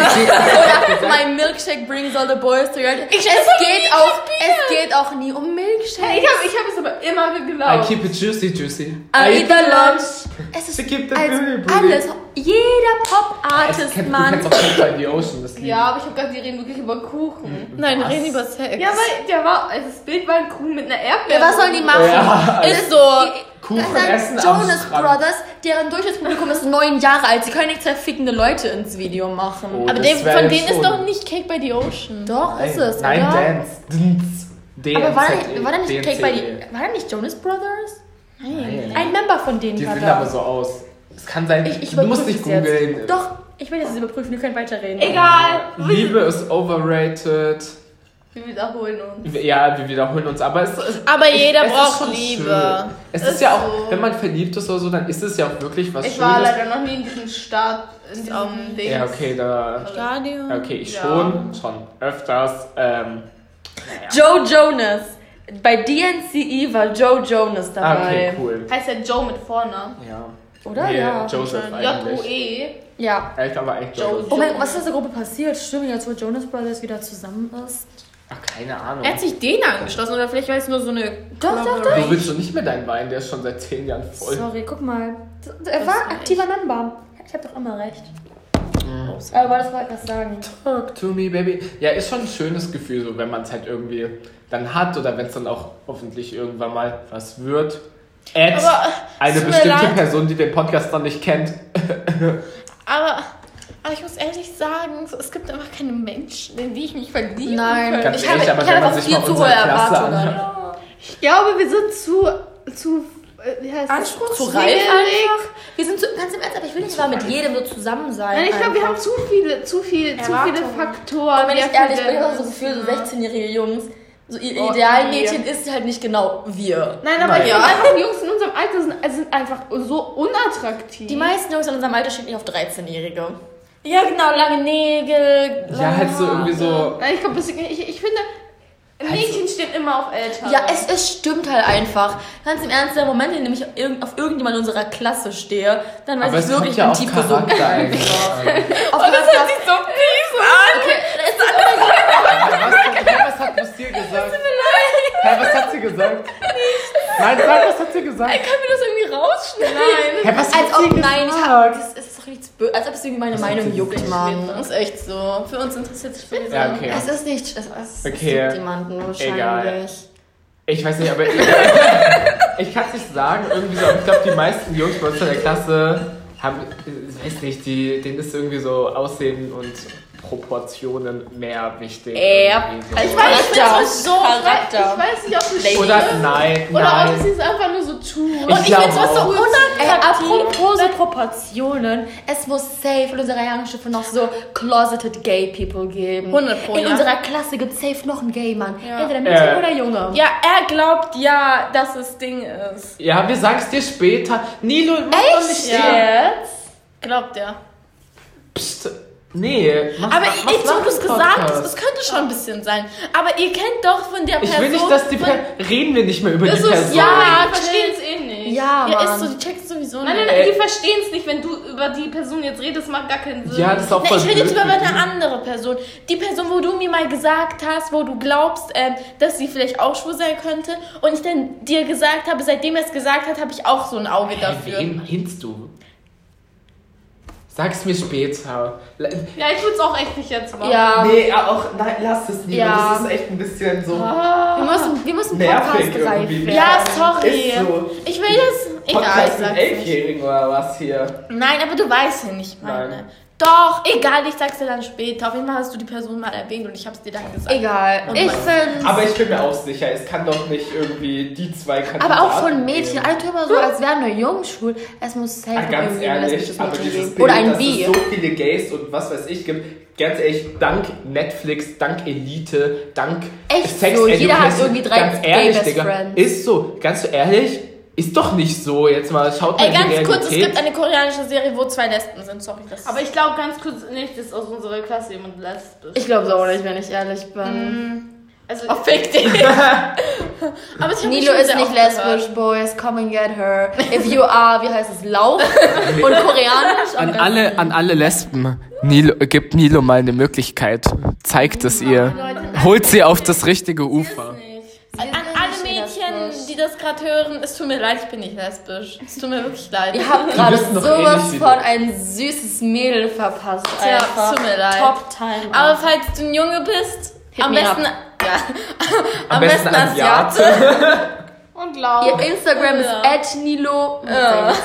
S2: my milkshake brings all the boys to your... Ich es, geht auch, es geht auch nie um Milkshake.
S5: Ich habe ich hab es aber immer
S3: I
S5: geglaubt.
S3: keep it juicy, juicy.
S2: Oh. I eat the lunch. Es ist
S3: I keep the
S2: als
S3: booty, booty.
S2: alles. Jeder
S3: Es
S2: Pop-Artist,
S3: kennt- Du
S2: Mann.
S3: kennst auch Cake by the Ocean, das Lied.
S5: Ja, aber ich habe gedacht, die reden wirklich über
S1: Mhm.
S5: Kuchen.
S4: Nein, wir reden über Sex.
S5: Ja, weil der war, also das Bild war ein Kuchen mit einer Erdbeere.
S2: Ja, was sollen die machen?
S3: Ja, also
S2: Ist so.
S3: Kuchen essen am
S2: Jonas
S3: Strand.
S2: Brothers, deren Durchschnittspublikum ist neun Jahre alt. Sie können nicht zwei fickende Leute ins Video machen.
S3: Oh,
S4: Aber
S3: das
S4: der,
S3: wär
S4: von
S3: ja
S4: denen
S3: schon-
S4: ist doch nicht Cake by the Ocean.
S2: Doch, ist es.
S3: Nein,
S2: oder?
S3: Dance. Dance.
S2: Aber war da
S3: DNZE,
S2: nicht, war da nicht Cake by
S3: DNZE.
S2: the. War da nicht Jonas Brothers?
S3: E. Nein.
S2: Ein Member von denen
S3: Die
S2: war
S3: sehen
S2: da.
S3: aber so aus. Es kann sein,
S4: Ich- ich
S3: du musst
S4: überprüfe
S3: nicht
S4: es jetzt.
S3: googeln.
S2: Doch, ich will das überprüfen, wir können weiterreden.
S5: Egal.
S3: Liebe ist overrated.
S5: Wir wiederholen uns.
S3: Ja, wir wiederholen uns, aber es, es,
S4: Aber jeder
S3: es ist
S4: braucht
S3: schon
S4: Liebe.
S3: schön. Es ist,
S5: Ist
S3: ja auch,
S5: so.
S3: wenn man verliebt ist oder so, dann ist es ja auch wirklich was
S5: Ich
S3: Schönes.
S5: war leider noch nie in diesem Staat, in diesem Ding.
S3: ja, okay, da.
S4: Stadion.
S3: Okay, ich
S5: Ja.
S3: schon, schon öfters. Ähm,
S2: Joe Jonas. Bei DNCE E war Joe Jonas
S3: ah,
S2: dabei.
S3: okay, cool.
S5: Heißt ja Joe mit Vornamen.
S3: Ja.
S2: Oder?
S3: Nee,
S2: Ja.
S3: Joseph eigentlich.
S5: J-O-E.
S2: Ja.
S3: Echt, aber echt
S5: E. Joseph.
S3: Joseph.
S2: Oh mein Gott, was ist aus der Gruppe passiert? Stimmt, jetzt wo Jonas Brothers wieder zusammen ist.
S3: Ach, keine Ahnung.
S4: Er hat sich denen angeschlossen oder vielleicht war es nur so eine.
S2: Doch, doch, doch.
S3: Du willst doch nicht mehr deinen Wein, der ist schon seit 10 Jahren voll.
S2: Sorry, guck mal. Er war aktiver Member. Ich hab doch immer recht. Aber wolltest du etwas sagen?
S3: Talk to me, baby. Ja, ist schon ein schönes Gefühl, so wenn man es halt irgendwie dann hat oder wenn es dann auch hoffentlich irgendwann mal was wird. Add
S4: Aber,
S3: eine
S4: tut mir
S3: bestimmte
S4: leid.
S3: Person, die den Podcast noch nicht kennt.
S4: aber, aber ich muss ehrlich sagen, so, es gibt einfach keine Menschen, in die ich mich verlieben
S2: Nein.
S4: könnte.
S3: Ganz
S2: Ich
S3: ehrlich,
S2: habe-
S3: aber
S2: ich
S3: wenn
S2: habe
S3: man
S2: auch
S3: sich
S2: viel
S3: mal
S2: zu
S3: unsere
S2: hohe
S3: Klasse
S2: Erwartungen.
S3: anhört.
S5: Ich glaube, wir sind zu, zu, äh, wie heißt das?
S2: Zu reif
S5: schwierig.
S2: einfach. Wir sind zu, ganz im Ernst, aber ich will nicht mal mit jedem so zusammen sein.
S5: Nein, ich glaube, wir
S2: einfach.
S5: haben zu viele, zu viel, zu viele
S4: Erwartungen.
S5: Faktoren.
S2: Und wenn
S5: die
S2: ich ehrlich bin, ich
S5: erfüllen
S2: habe so das Gefühl, so
S5: müssen.
S2: 16-jährige Jungs, so ihr
S5: Oh,
S2: Idealmädchen ist halt nicht genau wir.
S5: Nein, aber
S3: Nein.
S5: ich finde einfach, die Jungs in unserem Alter sind, äh, sind einfach so unattraktiv.
S2: Die meisten Jungs in unserem Alter stehen nicht auf 13-Jährige. Ja, genau, lange Nägel.
S3: Ja, halt so irgendwie so.
S5: Nein, ich glaube, das- ich, ich finde, Mädchen stehen immer auf Eltern.
S2: Ja, es, es stimmt halt einfach. Ganz im Ernst, der Moment, in dem ich irgend- auf irgendjemand unserer Klasse stehe, dann weiß
S3: Aber
S2: ich
S3: es kommt
S2: wirklich,
S3: ja
S2: bin
S3: auf
S2: tief gesunken.
S3: Charakter einfach an.
S2: Auf Charakter-
S4: so fies an.
S2: Okay, das ist
S3: Ja, Was, hä, was hat Lucille gesagt? Hä, was hat sie gesagt? Nein, sag, was hat sie gesagt?
S4: Können wir das irgendwie rausschneiden?
S3: Hä, was hat
S2: Als
S3: sie
S2: ob,
S3: gesagt?
S2: nein, ich hab, das ist doch nichts böse. Als ob es irgendwie meine
S3: hat
S2: Meinung
S3: sie
S2: juckt,
S3: gesagt?
S2: Mann.
S4: Das ist echt so. Für uns interessiert sich für
S3: Ja, okay.
S2: Es ist nicht, es, es,
S3: Okay.
S2: es juckt jemanden wahrscheinlich.
S3: Egal. Ich weiß nicht, aber ich, ich kann es nicht sagen. Irgendwie so, aber ich glaube, die meisten Jungs bei uns in der Klasse haben, ich weiß nicht, die, denen ist irgendwie so Aussehen und Proportionen mehr wichtig.
S2: Ja.
S3: Irgendwie so.
S5: ich weiß nicht,
S2: Charakter.
S5: ob es so
S4: Charakter.
S5: Ich weiß nicht, ob es
S4: Lady.
S3: Oder nein,
S5: Oder ob sie
S3: nein.
S5: es einfach nur so tun.
S3: Ich
S4: Ich
S3: glaube
S4: find's was so
S3: auch.
S2: Ey,
S4: unattraktiv.
S2: apropos so Proportionen, es muss safe in unserer Jahrgangsstufe noch so closeted gay people geben.
S4: 100 pro,
S2: In
S4: ja.
S2: unserer Klasse gibt safe noch einen gay Mann.
S4: Ja.
S2: Entweder Mädchen
S3: Äh.
S2: oder Junge.
S4: Ja, er glaubt ja, dass es Ding ist.
S3: Ja, wir sagen es dir später. Nilo, mach doch nicht ja.
S4: Jetzt? Glaubt er.
S3: Psst. Nee, mach,
S4: Aber
S3: mach,
S4: ich-
S3: mach
S4: jetzt,
S3: nach
S4: wo du es
S3: dem
S4: gesagt
S3: Podcast.
S4: hast, es könnte schon ein bisschen sein. Aber ihr kennt doch von der
S3: Ich
S4: Person.
S3: will nicht, dass die
S4: von,
S3: per Reden wir nicht mehr über
S4: Das
S3: die
S4: ist-
S3: Person.
S4: ja.
S5: Ich verstehe es eh nicht.
S2: Ja,
S1: Ja,
S2: Mann.
S1: ist so, die checkt sowieso
S7: Nein, nein,
S1: nicht.
S7: nein,
S3: Äh.
S7: die verstehen es nicht, wenn du über die Person jetzt redest, macht gar keinen Sinn.
S3: Ja, das ist auch
S1: Nee,
S3: voll
S1: ich rede jetzt
S3: blöd
S1: über
S3: für
S1: eine
S3: die.
S1: andere Person. Die Person, wo du mir mal gesagt hast, wo du glaubst, ähm, dass sie vielleicht auch schwul sein könnte. Und ich dann dir gesagt habe, seitdem er es gesagt hat, habe ich auch so ein Auge dafür.
S3: Wen meinst du? Sag's mir später. La-
S7: Ja, ich würde es auch echt nicht jetzt machen.
S2: ja.
S3: Nee, auch, nein, lass es lieber.
S2: Ja.
S3: Das ist echt ein bisschen so
S2: Wir müssen, wir müssen
S3: nervig
S2: Podcast
S3: irgendwie.
S2: greifen.
S1: Ja, sorry.
S3: Ist so.
S1: Ich will das. Egal, ich
S3: Podcast mit
S1: sag's nicht.
S3: Elfjährigen oder was hier?
S1: Nein, aber du weißt ja nicht, meine.
S3: Nein.
S1: Doch, egal, ich sag's dir dann später. Auf jeden Fall hast du die Person mal erwähnt und ich hab's dir dann gesagt.
S2: Egal. ich finde.
S3: Aber ich bin mir auch sicher, es kann doch nicht irgendwie die zwei Kandidaten
S2: Aber auch von Mädchen. also
S3: geben.
S2: Alle tun immer so, als wären nur Jungen schwul. Es muss safe
S3: Ah, ganz
S2: irgendwie ein
S3: ehrlich,
S2: lesbisches
S3: aber
S2: Mädchen
S3: dieses
S2: geben.
S3: Bild,
S2: Oder ein
S3: dass
S2: Bi.
S3: es so viele Gays und was weiß ich gibt, ganz ehrlich, dank Netflix, dank Elite, dank
S2: Echt
S3: Sex
S2: so, jeder hat
S3: Education,
S2: irgendwie drei
S3: ganz ehrlich,
S2: Gay-Best
S3: Digga,
S2: Friends.
S3: Ist so, ganz ehrlich, ist doch nicht so. Jetzt mal schaut mal
S1: Ey,
S3: in die
S1: ganz kurz, es
S3: Realität.
S1: gibt eine koreanische Serie, wo zwei Lesben sind. Sorry, das
S7: Aber ich glaube ganz kurz nicht, dass aus unserer Klasse jemand lesbisch
S2: Ich glaube es auch nicht, wenn ich ehrlich bin.
S7: Also,
S1: Oh, fick dich.
S7: aber ich hab mich
S2: Nilo
S7: schon
S2: ist
S7: sehr
S2: nicht
S7: oft
S2: lesbisch, boys. Come and get her. If you are, wie heißt es, Lauch und koreanisch.
S3: An alle, an alle Lesben, Nilo, gibt Nilo mal eine Möglichkeit. Zeigt es ihr. Holt sie auf das richtige Ufer.
S1: An alle Mädchen, die das gerade hören, es tut mir leid, ich bin nicht lesbisch. Es tut mir wirklich leid.
S2: Ihr habt
S3: Die
S2: gerade
S3: wissen doch eh
S2: sowas
S3: nicht, wie
S2: von
S3: du-
S2: ein süßes Mädel verpasst.
S1: Tja,
S2: einfach.
S1: es tut mir leid.
S2: Top Time.
S1: Aber falls du ein Junge bist,
S2: Hit
S1: am
S2: me
S1: besten, ja,
S3: Am besten Asiate.
S7: Und
S2: Ihr
S7: laut.
S2: Instagram
S1: Ja.
S2: ist @nilo.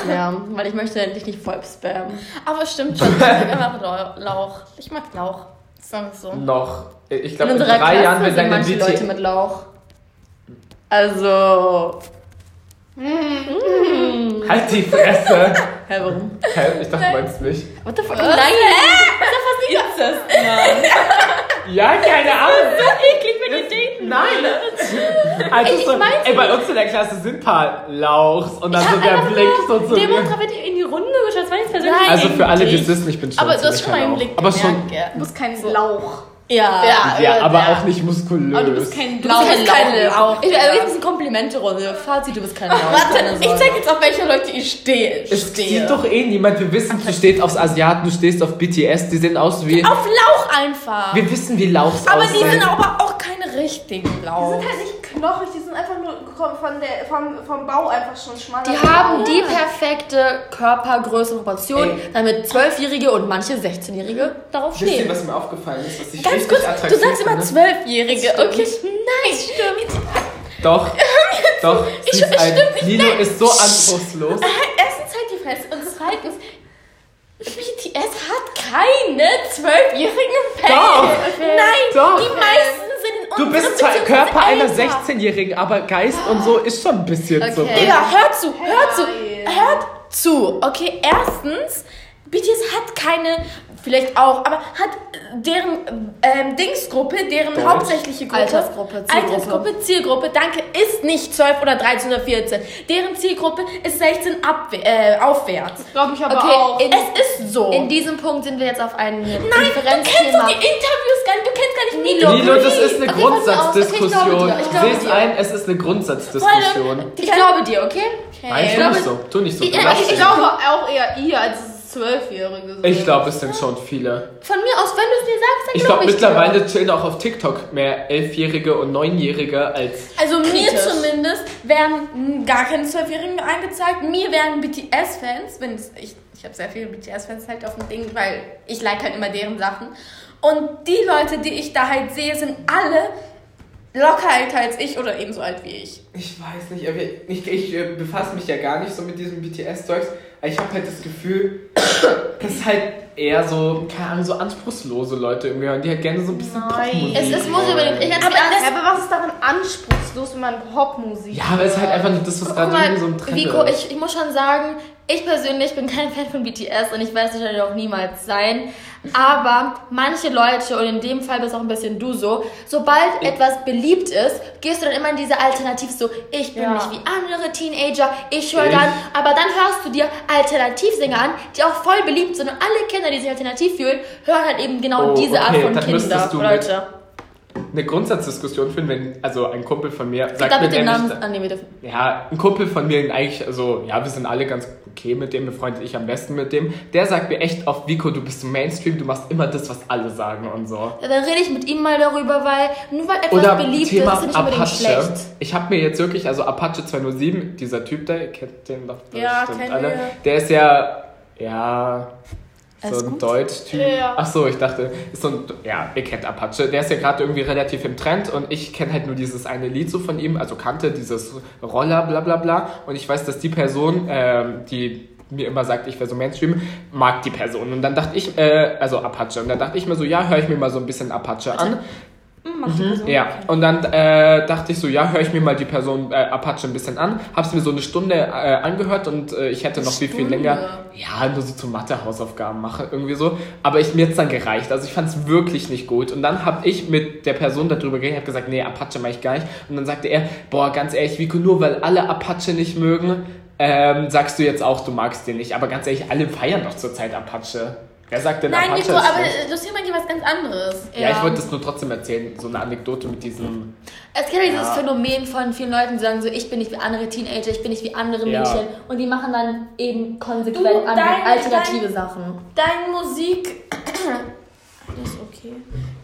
S2: Ja. Weil ich möchte endlich nicht voll spammen.
S1: aber stimmt schon, ich mag einfach Lau- Lauch. Ich mag Lauch. Sagen wir so.
S3: Noch. Ich
S2: In
S3: glaube, in
S2: unserer
S3: drei
S2: Klasse
S3: Jahren wird
S2: sind
S3: deine
S2: manche Leute
S3: BT.
S2: mit Lauch. Also,
S3: Halt die Fresse!
S2: hä, warum?
S3: Hä? Ich dachte, du meinst mich.
S2: What the fuck? Nein!
S3: Ja, keine Ahnung. Das ist eklig mit den Daten. Nein. Also so, ey, bei uns in der Klasse sind ein paar Lauchs und dann so der Blick so zu mir.
S1: wird in die Runde geschaut, das war nicht persönlich.
S3: Also für alle, die es wissen, ich bin schon
S1: Aber du hast
S3: ziemlich
S7: halt
S1: schon mal einen
S3: Lauch.
S1: Blick
S3: Aber schon,
S7: Ja. Du bist kein Lauch.
S2: Ja.
S3: ja, aber auch nicht muskulös.
S7: Aber du bist kein
S2: Du
S7: Lauch.
S2: bist kein Lauch.
S1: Lauch.
S2: Ich will also jetzt ein bisschen Komplimente-Runde. Fazit, du bist kein Lauch. Keine
S1: Warte, ich
S2: Sorge.
S1: zeig jetzt, auf welche Leute ich stehe.
S3: Es
S1: stehe.
S3: sieht doch eh niemand. Wir wissen, du stehst aufs Asiaten, du stehst auf BTS, die sehen aus wie.
S1: Auf Lauch einfach.
S3: Wir wissen, wie Lauchs
S1: aber die
S3: aussehen.
S1: sind aber auch keine richtigen Lauch.
S7: halt nicht knochig, die sind einfach nur gekommen von der, vom, vom Bau einfach schon schmaler.
S2: Die haben die perfekte Körpergröße und Proportion,
S3: Ey.
S2: damit Zwölfjährige und manche 16-Jährige darauf
S3: Wisst ihr,
S2: stehen.
S3: was mir aufgefallen ist, was ich
S1: Ganz
S3: richtig
S1: kurz, du
S3: attraktiv ne?
S1: sagst immer
S3: finde?
S1: Zwölfjährige,
S2: Das
S1: okay? Nein, stimmt.
S3: Doch, doch. sie
S1: ich-
S3: ist ein,
S1: stimmt, ich-
S3: Nino ist so anspruchslos.
S1: Erstens halt die Fresse und zweitens, BTS hat keine zwölfjährigen Fans.
S3: Doch.
S1: Nein,
S3: Doch.
S1: die meisten sind in
S3: Du
S1: unserem
S3: bist zwar
S1: beziehungsweise
S3: Körper einer
S1: älter.
S3: 16-Jährigen, aber Geist und so ist schon ein bisschen so.
S2: Okay.
S1: Digga, hör zu, hör zu, hört zu. Okay, erstens, BTS hat keine, vielleicht auch, aber hat äh, deren ähm, Dingsgruppe, deren
S3: Deutsch.
S1: hauptsächliche Gruppe,
S2: Altersgruppe, Zielgruppe.
S1: Altersgruppe, Zielgruppe, danke, ist nicht 12 oder 13 oder 14. Deren Zielgruppe ist 16 abwe äh, aufwärts.
S7: Glaube ich aber
S2: Okay,
S7: auch.
S2: in,
S1: Es ist so.
S2: in diesem Punkt sind wir jetzt auf einem
S1: Oh. Nein, du kennst doch die Interviews gar nicht, du kennst gar nicht Nilo.
S3: Nilo, das ist
S2: Okay, pass
S3: eine
S2: auf, okay, ich
S3: Grundsatzdiskussion.
S2: glaube dir, ich glaube
S3: Seh's
S2: dir.
S3: ein, es ist eine Grundsatzdiskussion.
S2: Ich glaube dir, okay?
S3: Nein, tu nicht so. Tu nicht so. du
S2: Ja,
S3: lachst
S7: Ich
S3: nicht.
S7: glaube auch eher ihr als das Zwölfjährige. so.
S3: ich glaube, es sind schon viele.
S2: Von mir aus, wenn du es mir sagst, dann
S3: Ich glaube,
S2: glaub ich dir.
S3: mittlerweile chillen auch auf TikTok mehr Elfjährige und Neunjährige als.
S1: Also mir
S2: Kritisch.
S1: zumindest werden gar keine Zwölfjährigen angezeigt. Mir werden BTS-Fans, wenn es- ich, ich habe sehr viele BTS-Fans halt auf dem Ding, weil ich like halt immer deren Sachen. Und die Leute, die ich da halt sehe, sind alle locker älter als ich oder ebenso alt wie ich.
S3: Ich weiß nicht, aber ich, ich äh, befasse mich ja gar nicht so mit diesem BTS-Zeugs. aber Ich habe halt das Gefühl, dass halt eher so, keine Ahnung, so anspruchslose Leute irgendwie hören, die halt gerne so ein bisschen Popmusik
S2: Es ist, muss ich
S3: hören.
S2: überlegen. Ich
S7: Aber,
S2: das-
S7: ja, aber was ist daran anspruchslos, wenn man Popmusik
S3: Ja, aber es ist halt einfach nicht das, was
S2: Guck
S3: gerade
S2: mal,
S3: irgendwie so im Trend
S2: Vico,
S3: ist.
S2: ich, ich muss schon sagen, ich persönlich bin kein Fan von BTS und ich werde es wahrscheinlich auch niemals sein. Aber manche Leute, und in dem Fall bist auch ein bisschen du so, sobald etwas beliebt ist, gehst du dann immer in diese Alternativ so, ich bin
S7: Ja.
S2: nicht wie andere Teenager, ich höre
S3: Ich-
S2: dann, aber dann hörst du dir Alternativsänger an, die auch voll beliebt sind und alle Kinder, die sich alternativ fühlen, hören halt eben genau
S3: Oh,
S2: diese Art
S3: okay,
S2: von
S3: dann
S2: Kinder,
S3: müsstest du mit-
S2: Leute.
S3: eine Grundsatzdiskussion führen, wenn, also ein Kumpel von mir sagt
S2: Da
S3: mir
S2: wird den
S3: nämlich,
S2: Namen annehmen, wir dürfen.
S3: ja, ein Kumpel von mir, eigentlich, also, ja, wir sind alle ganz okay mit dem, befreundet ich am besten mit dem, der sagt mir echt oft, Vico, du bist im Mainstream, du machst immer das, was alle sagen und so.
S2: Ja, dann rede ich mit ihm mal darüber, weil nur weil etwas
S3: Oder
S2: beliebt
S3: Thema
S2: ist, ist ja nicht unbedingt
S3: Apache.
S2: schlecht.
S3: Ich habe mir jetzt wirklich, also Apache 207, dieser Typ da, ihr kennt den doch
S1: Ja, kennen wir.
S3: Der ist ja, ja, so ein
S2: gut?
S3: Deutsch-Typ.
S1: Ja, ja.
S3: Ach so, ich dachte, ist so ein, ja, ihr kennt Apache. Der ist ja gerade irgendwie relativ im Trend und ich kenne halt nur dieses eine Lied so von ihm, also kannte dieses Roller, bla bla bla. Und ich weiß, dass die Person, ähm, die mir immer sagt, ich wäre so Mainstream, mag die Person. Und dann dachte ich, äh, also Apache. Und dann dachte ich mir so, ja, höre ich mir mal so ein bisschen Apache an. Ja, und dann äh, dachte ich so, ja, höre ich mir mal die Person äh, Apache ein bisschen an. Hab's mir so eine Stunde äh, angehört und äh, ich hätte noch viel, viel länger. Ja, nur so zu Mathe-Hausaufgaben machen, irgendwie so. Aber ich, mir hat's dann gereicht. Also ich fand's wirklich nicht gut. Und dann hab ich mit der Person darüber geredet, hab gesagt, nee, Apache mach ich gar nicht. Und dann sagte er, boah, ganz ehrlich, Vico, nur weil alle Apache nicht mögen, ähm, sagst du jetzt auch, du magst den nicht. Aber ganz ehrlich, alle feiern doch zurzeit Apache. Wer sagt denn
S1: Nein,
S3: Apache?
S1: Nico,
S3: ist
S1: aber
S3: schlecht?
S1: äh, Lucille meint hier was ganz anderes.
S3: ja, ich wollte das nur trotzdem erzählen, so eine Anekdote mit diesem.
S2: Es gibt ja dieses
S3: Ja.
S2: Phänomen von vielen Leuten, die sagen so, ich bin nicht wie andere Teenager, ich bin nicht wie andere
S3: Ja.
S2: Mädchen. Und die machen dann eben konsequent
S1: Du,
S2: andere,
S1: dein-
S2: alternative Sachen.
S1: Deine Musik. Das ist okay.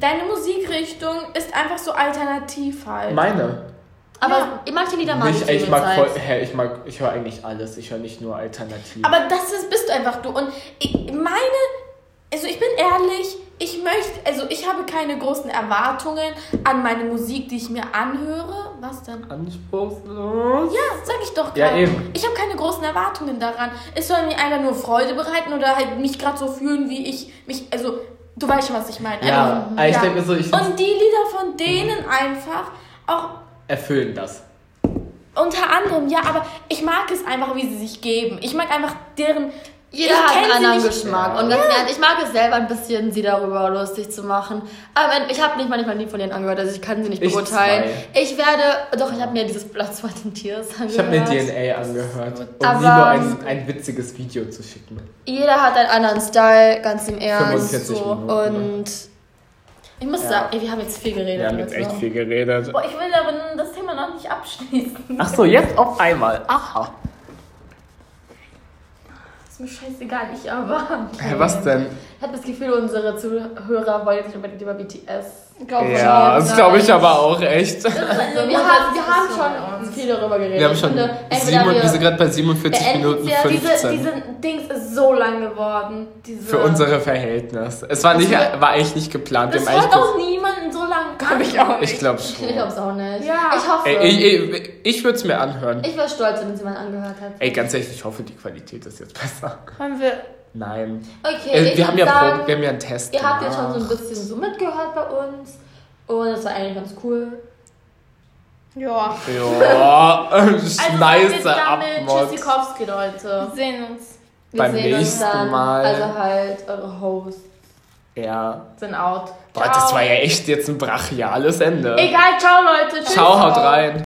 S1: Deine Musikrichtung ist einfach so alternativ halt.
S3: Meine.
S2: Aber manche Lieder mag
S3: Ich,
S2: ich,
S3: ich mag voll,
S2: voll.
S3: hä, ich mag, ich höre eigentlich alles. Ich höre nicht nur alternativ.
S1: Aber das ist, bist du einfach du. Und ich, meine, also ich bin ehrlich, ich möchte, also ich habe keine großen Erwartungen an meine Musik, die ich mir anhöre. Was denn?
S3: Anspruchslos.
S1: Ja, sag ich doch
S3: Ja,
S1: gerade.
S3: eben.
S1: Ich habe keine großen Erwartungen daran. Es soll mir einfach nur Freude bereiten oder halt mich gerade so fühlen, wie ich mich, also du weißt schon, was ich meine.
S3: Ja,
S1: also,
S3: aber ich denke mir so, Mhm. ich
S1: Und die Lieder von denen einfach auch
S3: erfüllen das.
S1: unter anderem, ja, aber ich mag es einfach, wie sie sich geben. Ich mag einfach deren.
S2: Jeder
S1: ich
S2: hat
S1: kenn
S2: einen
S1: sie
S2: anderen
S1: nicht.
S2: Geschmack. Und ganz ehrlich, ich mag es selber ein bisschen, sie darüber lustig zu machen. Aber wenn- ich habe nicht mal nicht mal nie von denen angehört, also ich kann sie nicht
S3: Ich
S2: beurteilen. Ich werde, doch, ich habe mir dieses Platz von den Tiers angehört.
S3: Ich habe mir DNA angehört, um
S2: Aber-
S3: Silo ein, ein witziges Video zu schicken.
S2: Jeder hat einen anderen Style, ganz im Ernst.
S3: 45
S2: so.
S3: Minuten, ne?
S2: Und ich muss
S3: Ja.
S2: sagen, ey, wir haben jetzt viel geredet.
S3: Wir haben jetzt echt viel geredet.
S1: Boah, ich will aber das Thema noch nicht abschließen.
S3: Ach so, jetzt auf einmal. Aha.
S1: Ist mir scheißegal, ich aber.
S3: Hä, was denn?
S2: Ich habe das Gefühl, unsere Zuhörer wollen jetzt nicht unbedingt über BTS.
S5: Glaub
S3: Ja,
S5: schon.
S3: das glaube ich aber auch echt.
S2: Also wir, haben, wir haben schon viel darüber geredet.
S3: Wir haben schon.
S2: Ich finde, entweder
S3: Siebenund-
S2: wir
S3: wir sind gerade bei 47
S2: beenden
S3: Minuten
S1: Ja, diese,
S3: 15.
S1: diese Dings ist so lang geworden. Diese,
S3: Für unsere Verhältnisse. Es war, nicht, war eigentlich nicht geplant. Wir
S1: Das
S3: haben
S1: hört
S3: eigentlich
S1: auch niemanden so lang.
S5: Hab ich auch
S3: Ich
S5: nicht.
S3: glaube
S2: ich
S3: schon.
S2: glaube es auch nicht.
S1: Ja.
S2: Ich hoffe.
S3: Ey, ich ich, ich würde es mir anhören.
S2: ich war stolz, wenn es jemand angehört hat.
S3: Ey, ganz ehrlich, ich hoffe, die Qualität ist jetzt besser.
S5: Haben wir
S3: Nein.
S2: Okay,
S3: Äh,
S2: ich
S3: wir, haben
S2: würd
S3: ja
S2: sagen,
S3: Proben, wir haben ja einen Test.
S2: Ihr habt ja
S3: gemacht.
S2: schon so ein bisschen so mitgehört bei uns. Und es war eigentlich ganz cool.
S5: Ja,
S3: Ja, äh, schneise ab,
S1: damit
S3: Mods.
S1: Tschüssikowski, Leute.
S5: sehen uns.
S2: Wir
S3: Beim
S2: sehen uns
S3: nächsten
S2: dann.
S3: Mal.
S2: Also halt eure Hosts.
S3: Ja.
S1: Sind out.
S3: Boah, das war ja echt jetzt ein brachiales Ende.
S1: Egal, ciao, Leute. Tschüss.
S3: Ciao, haut rein.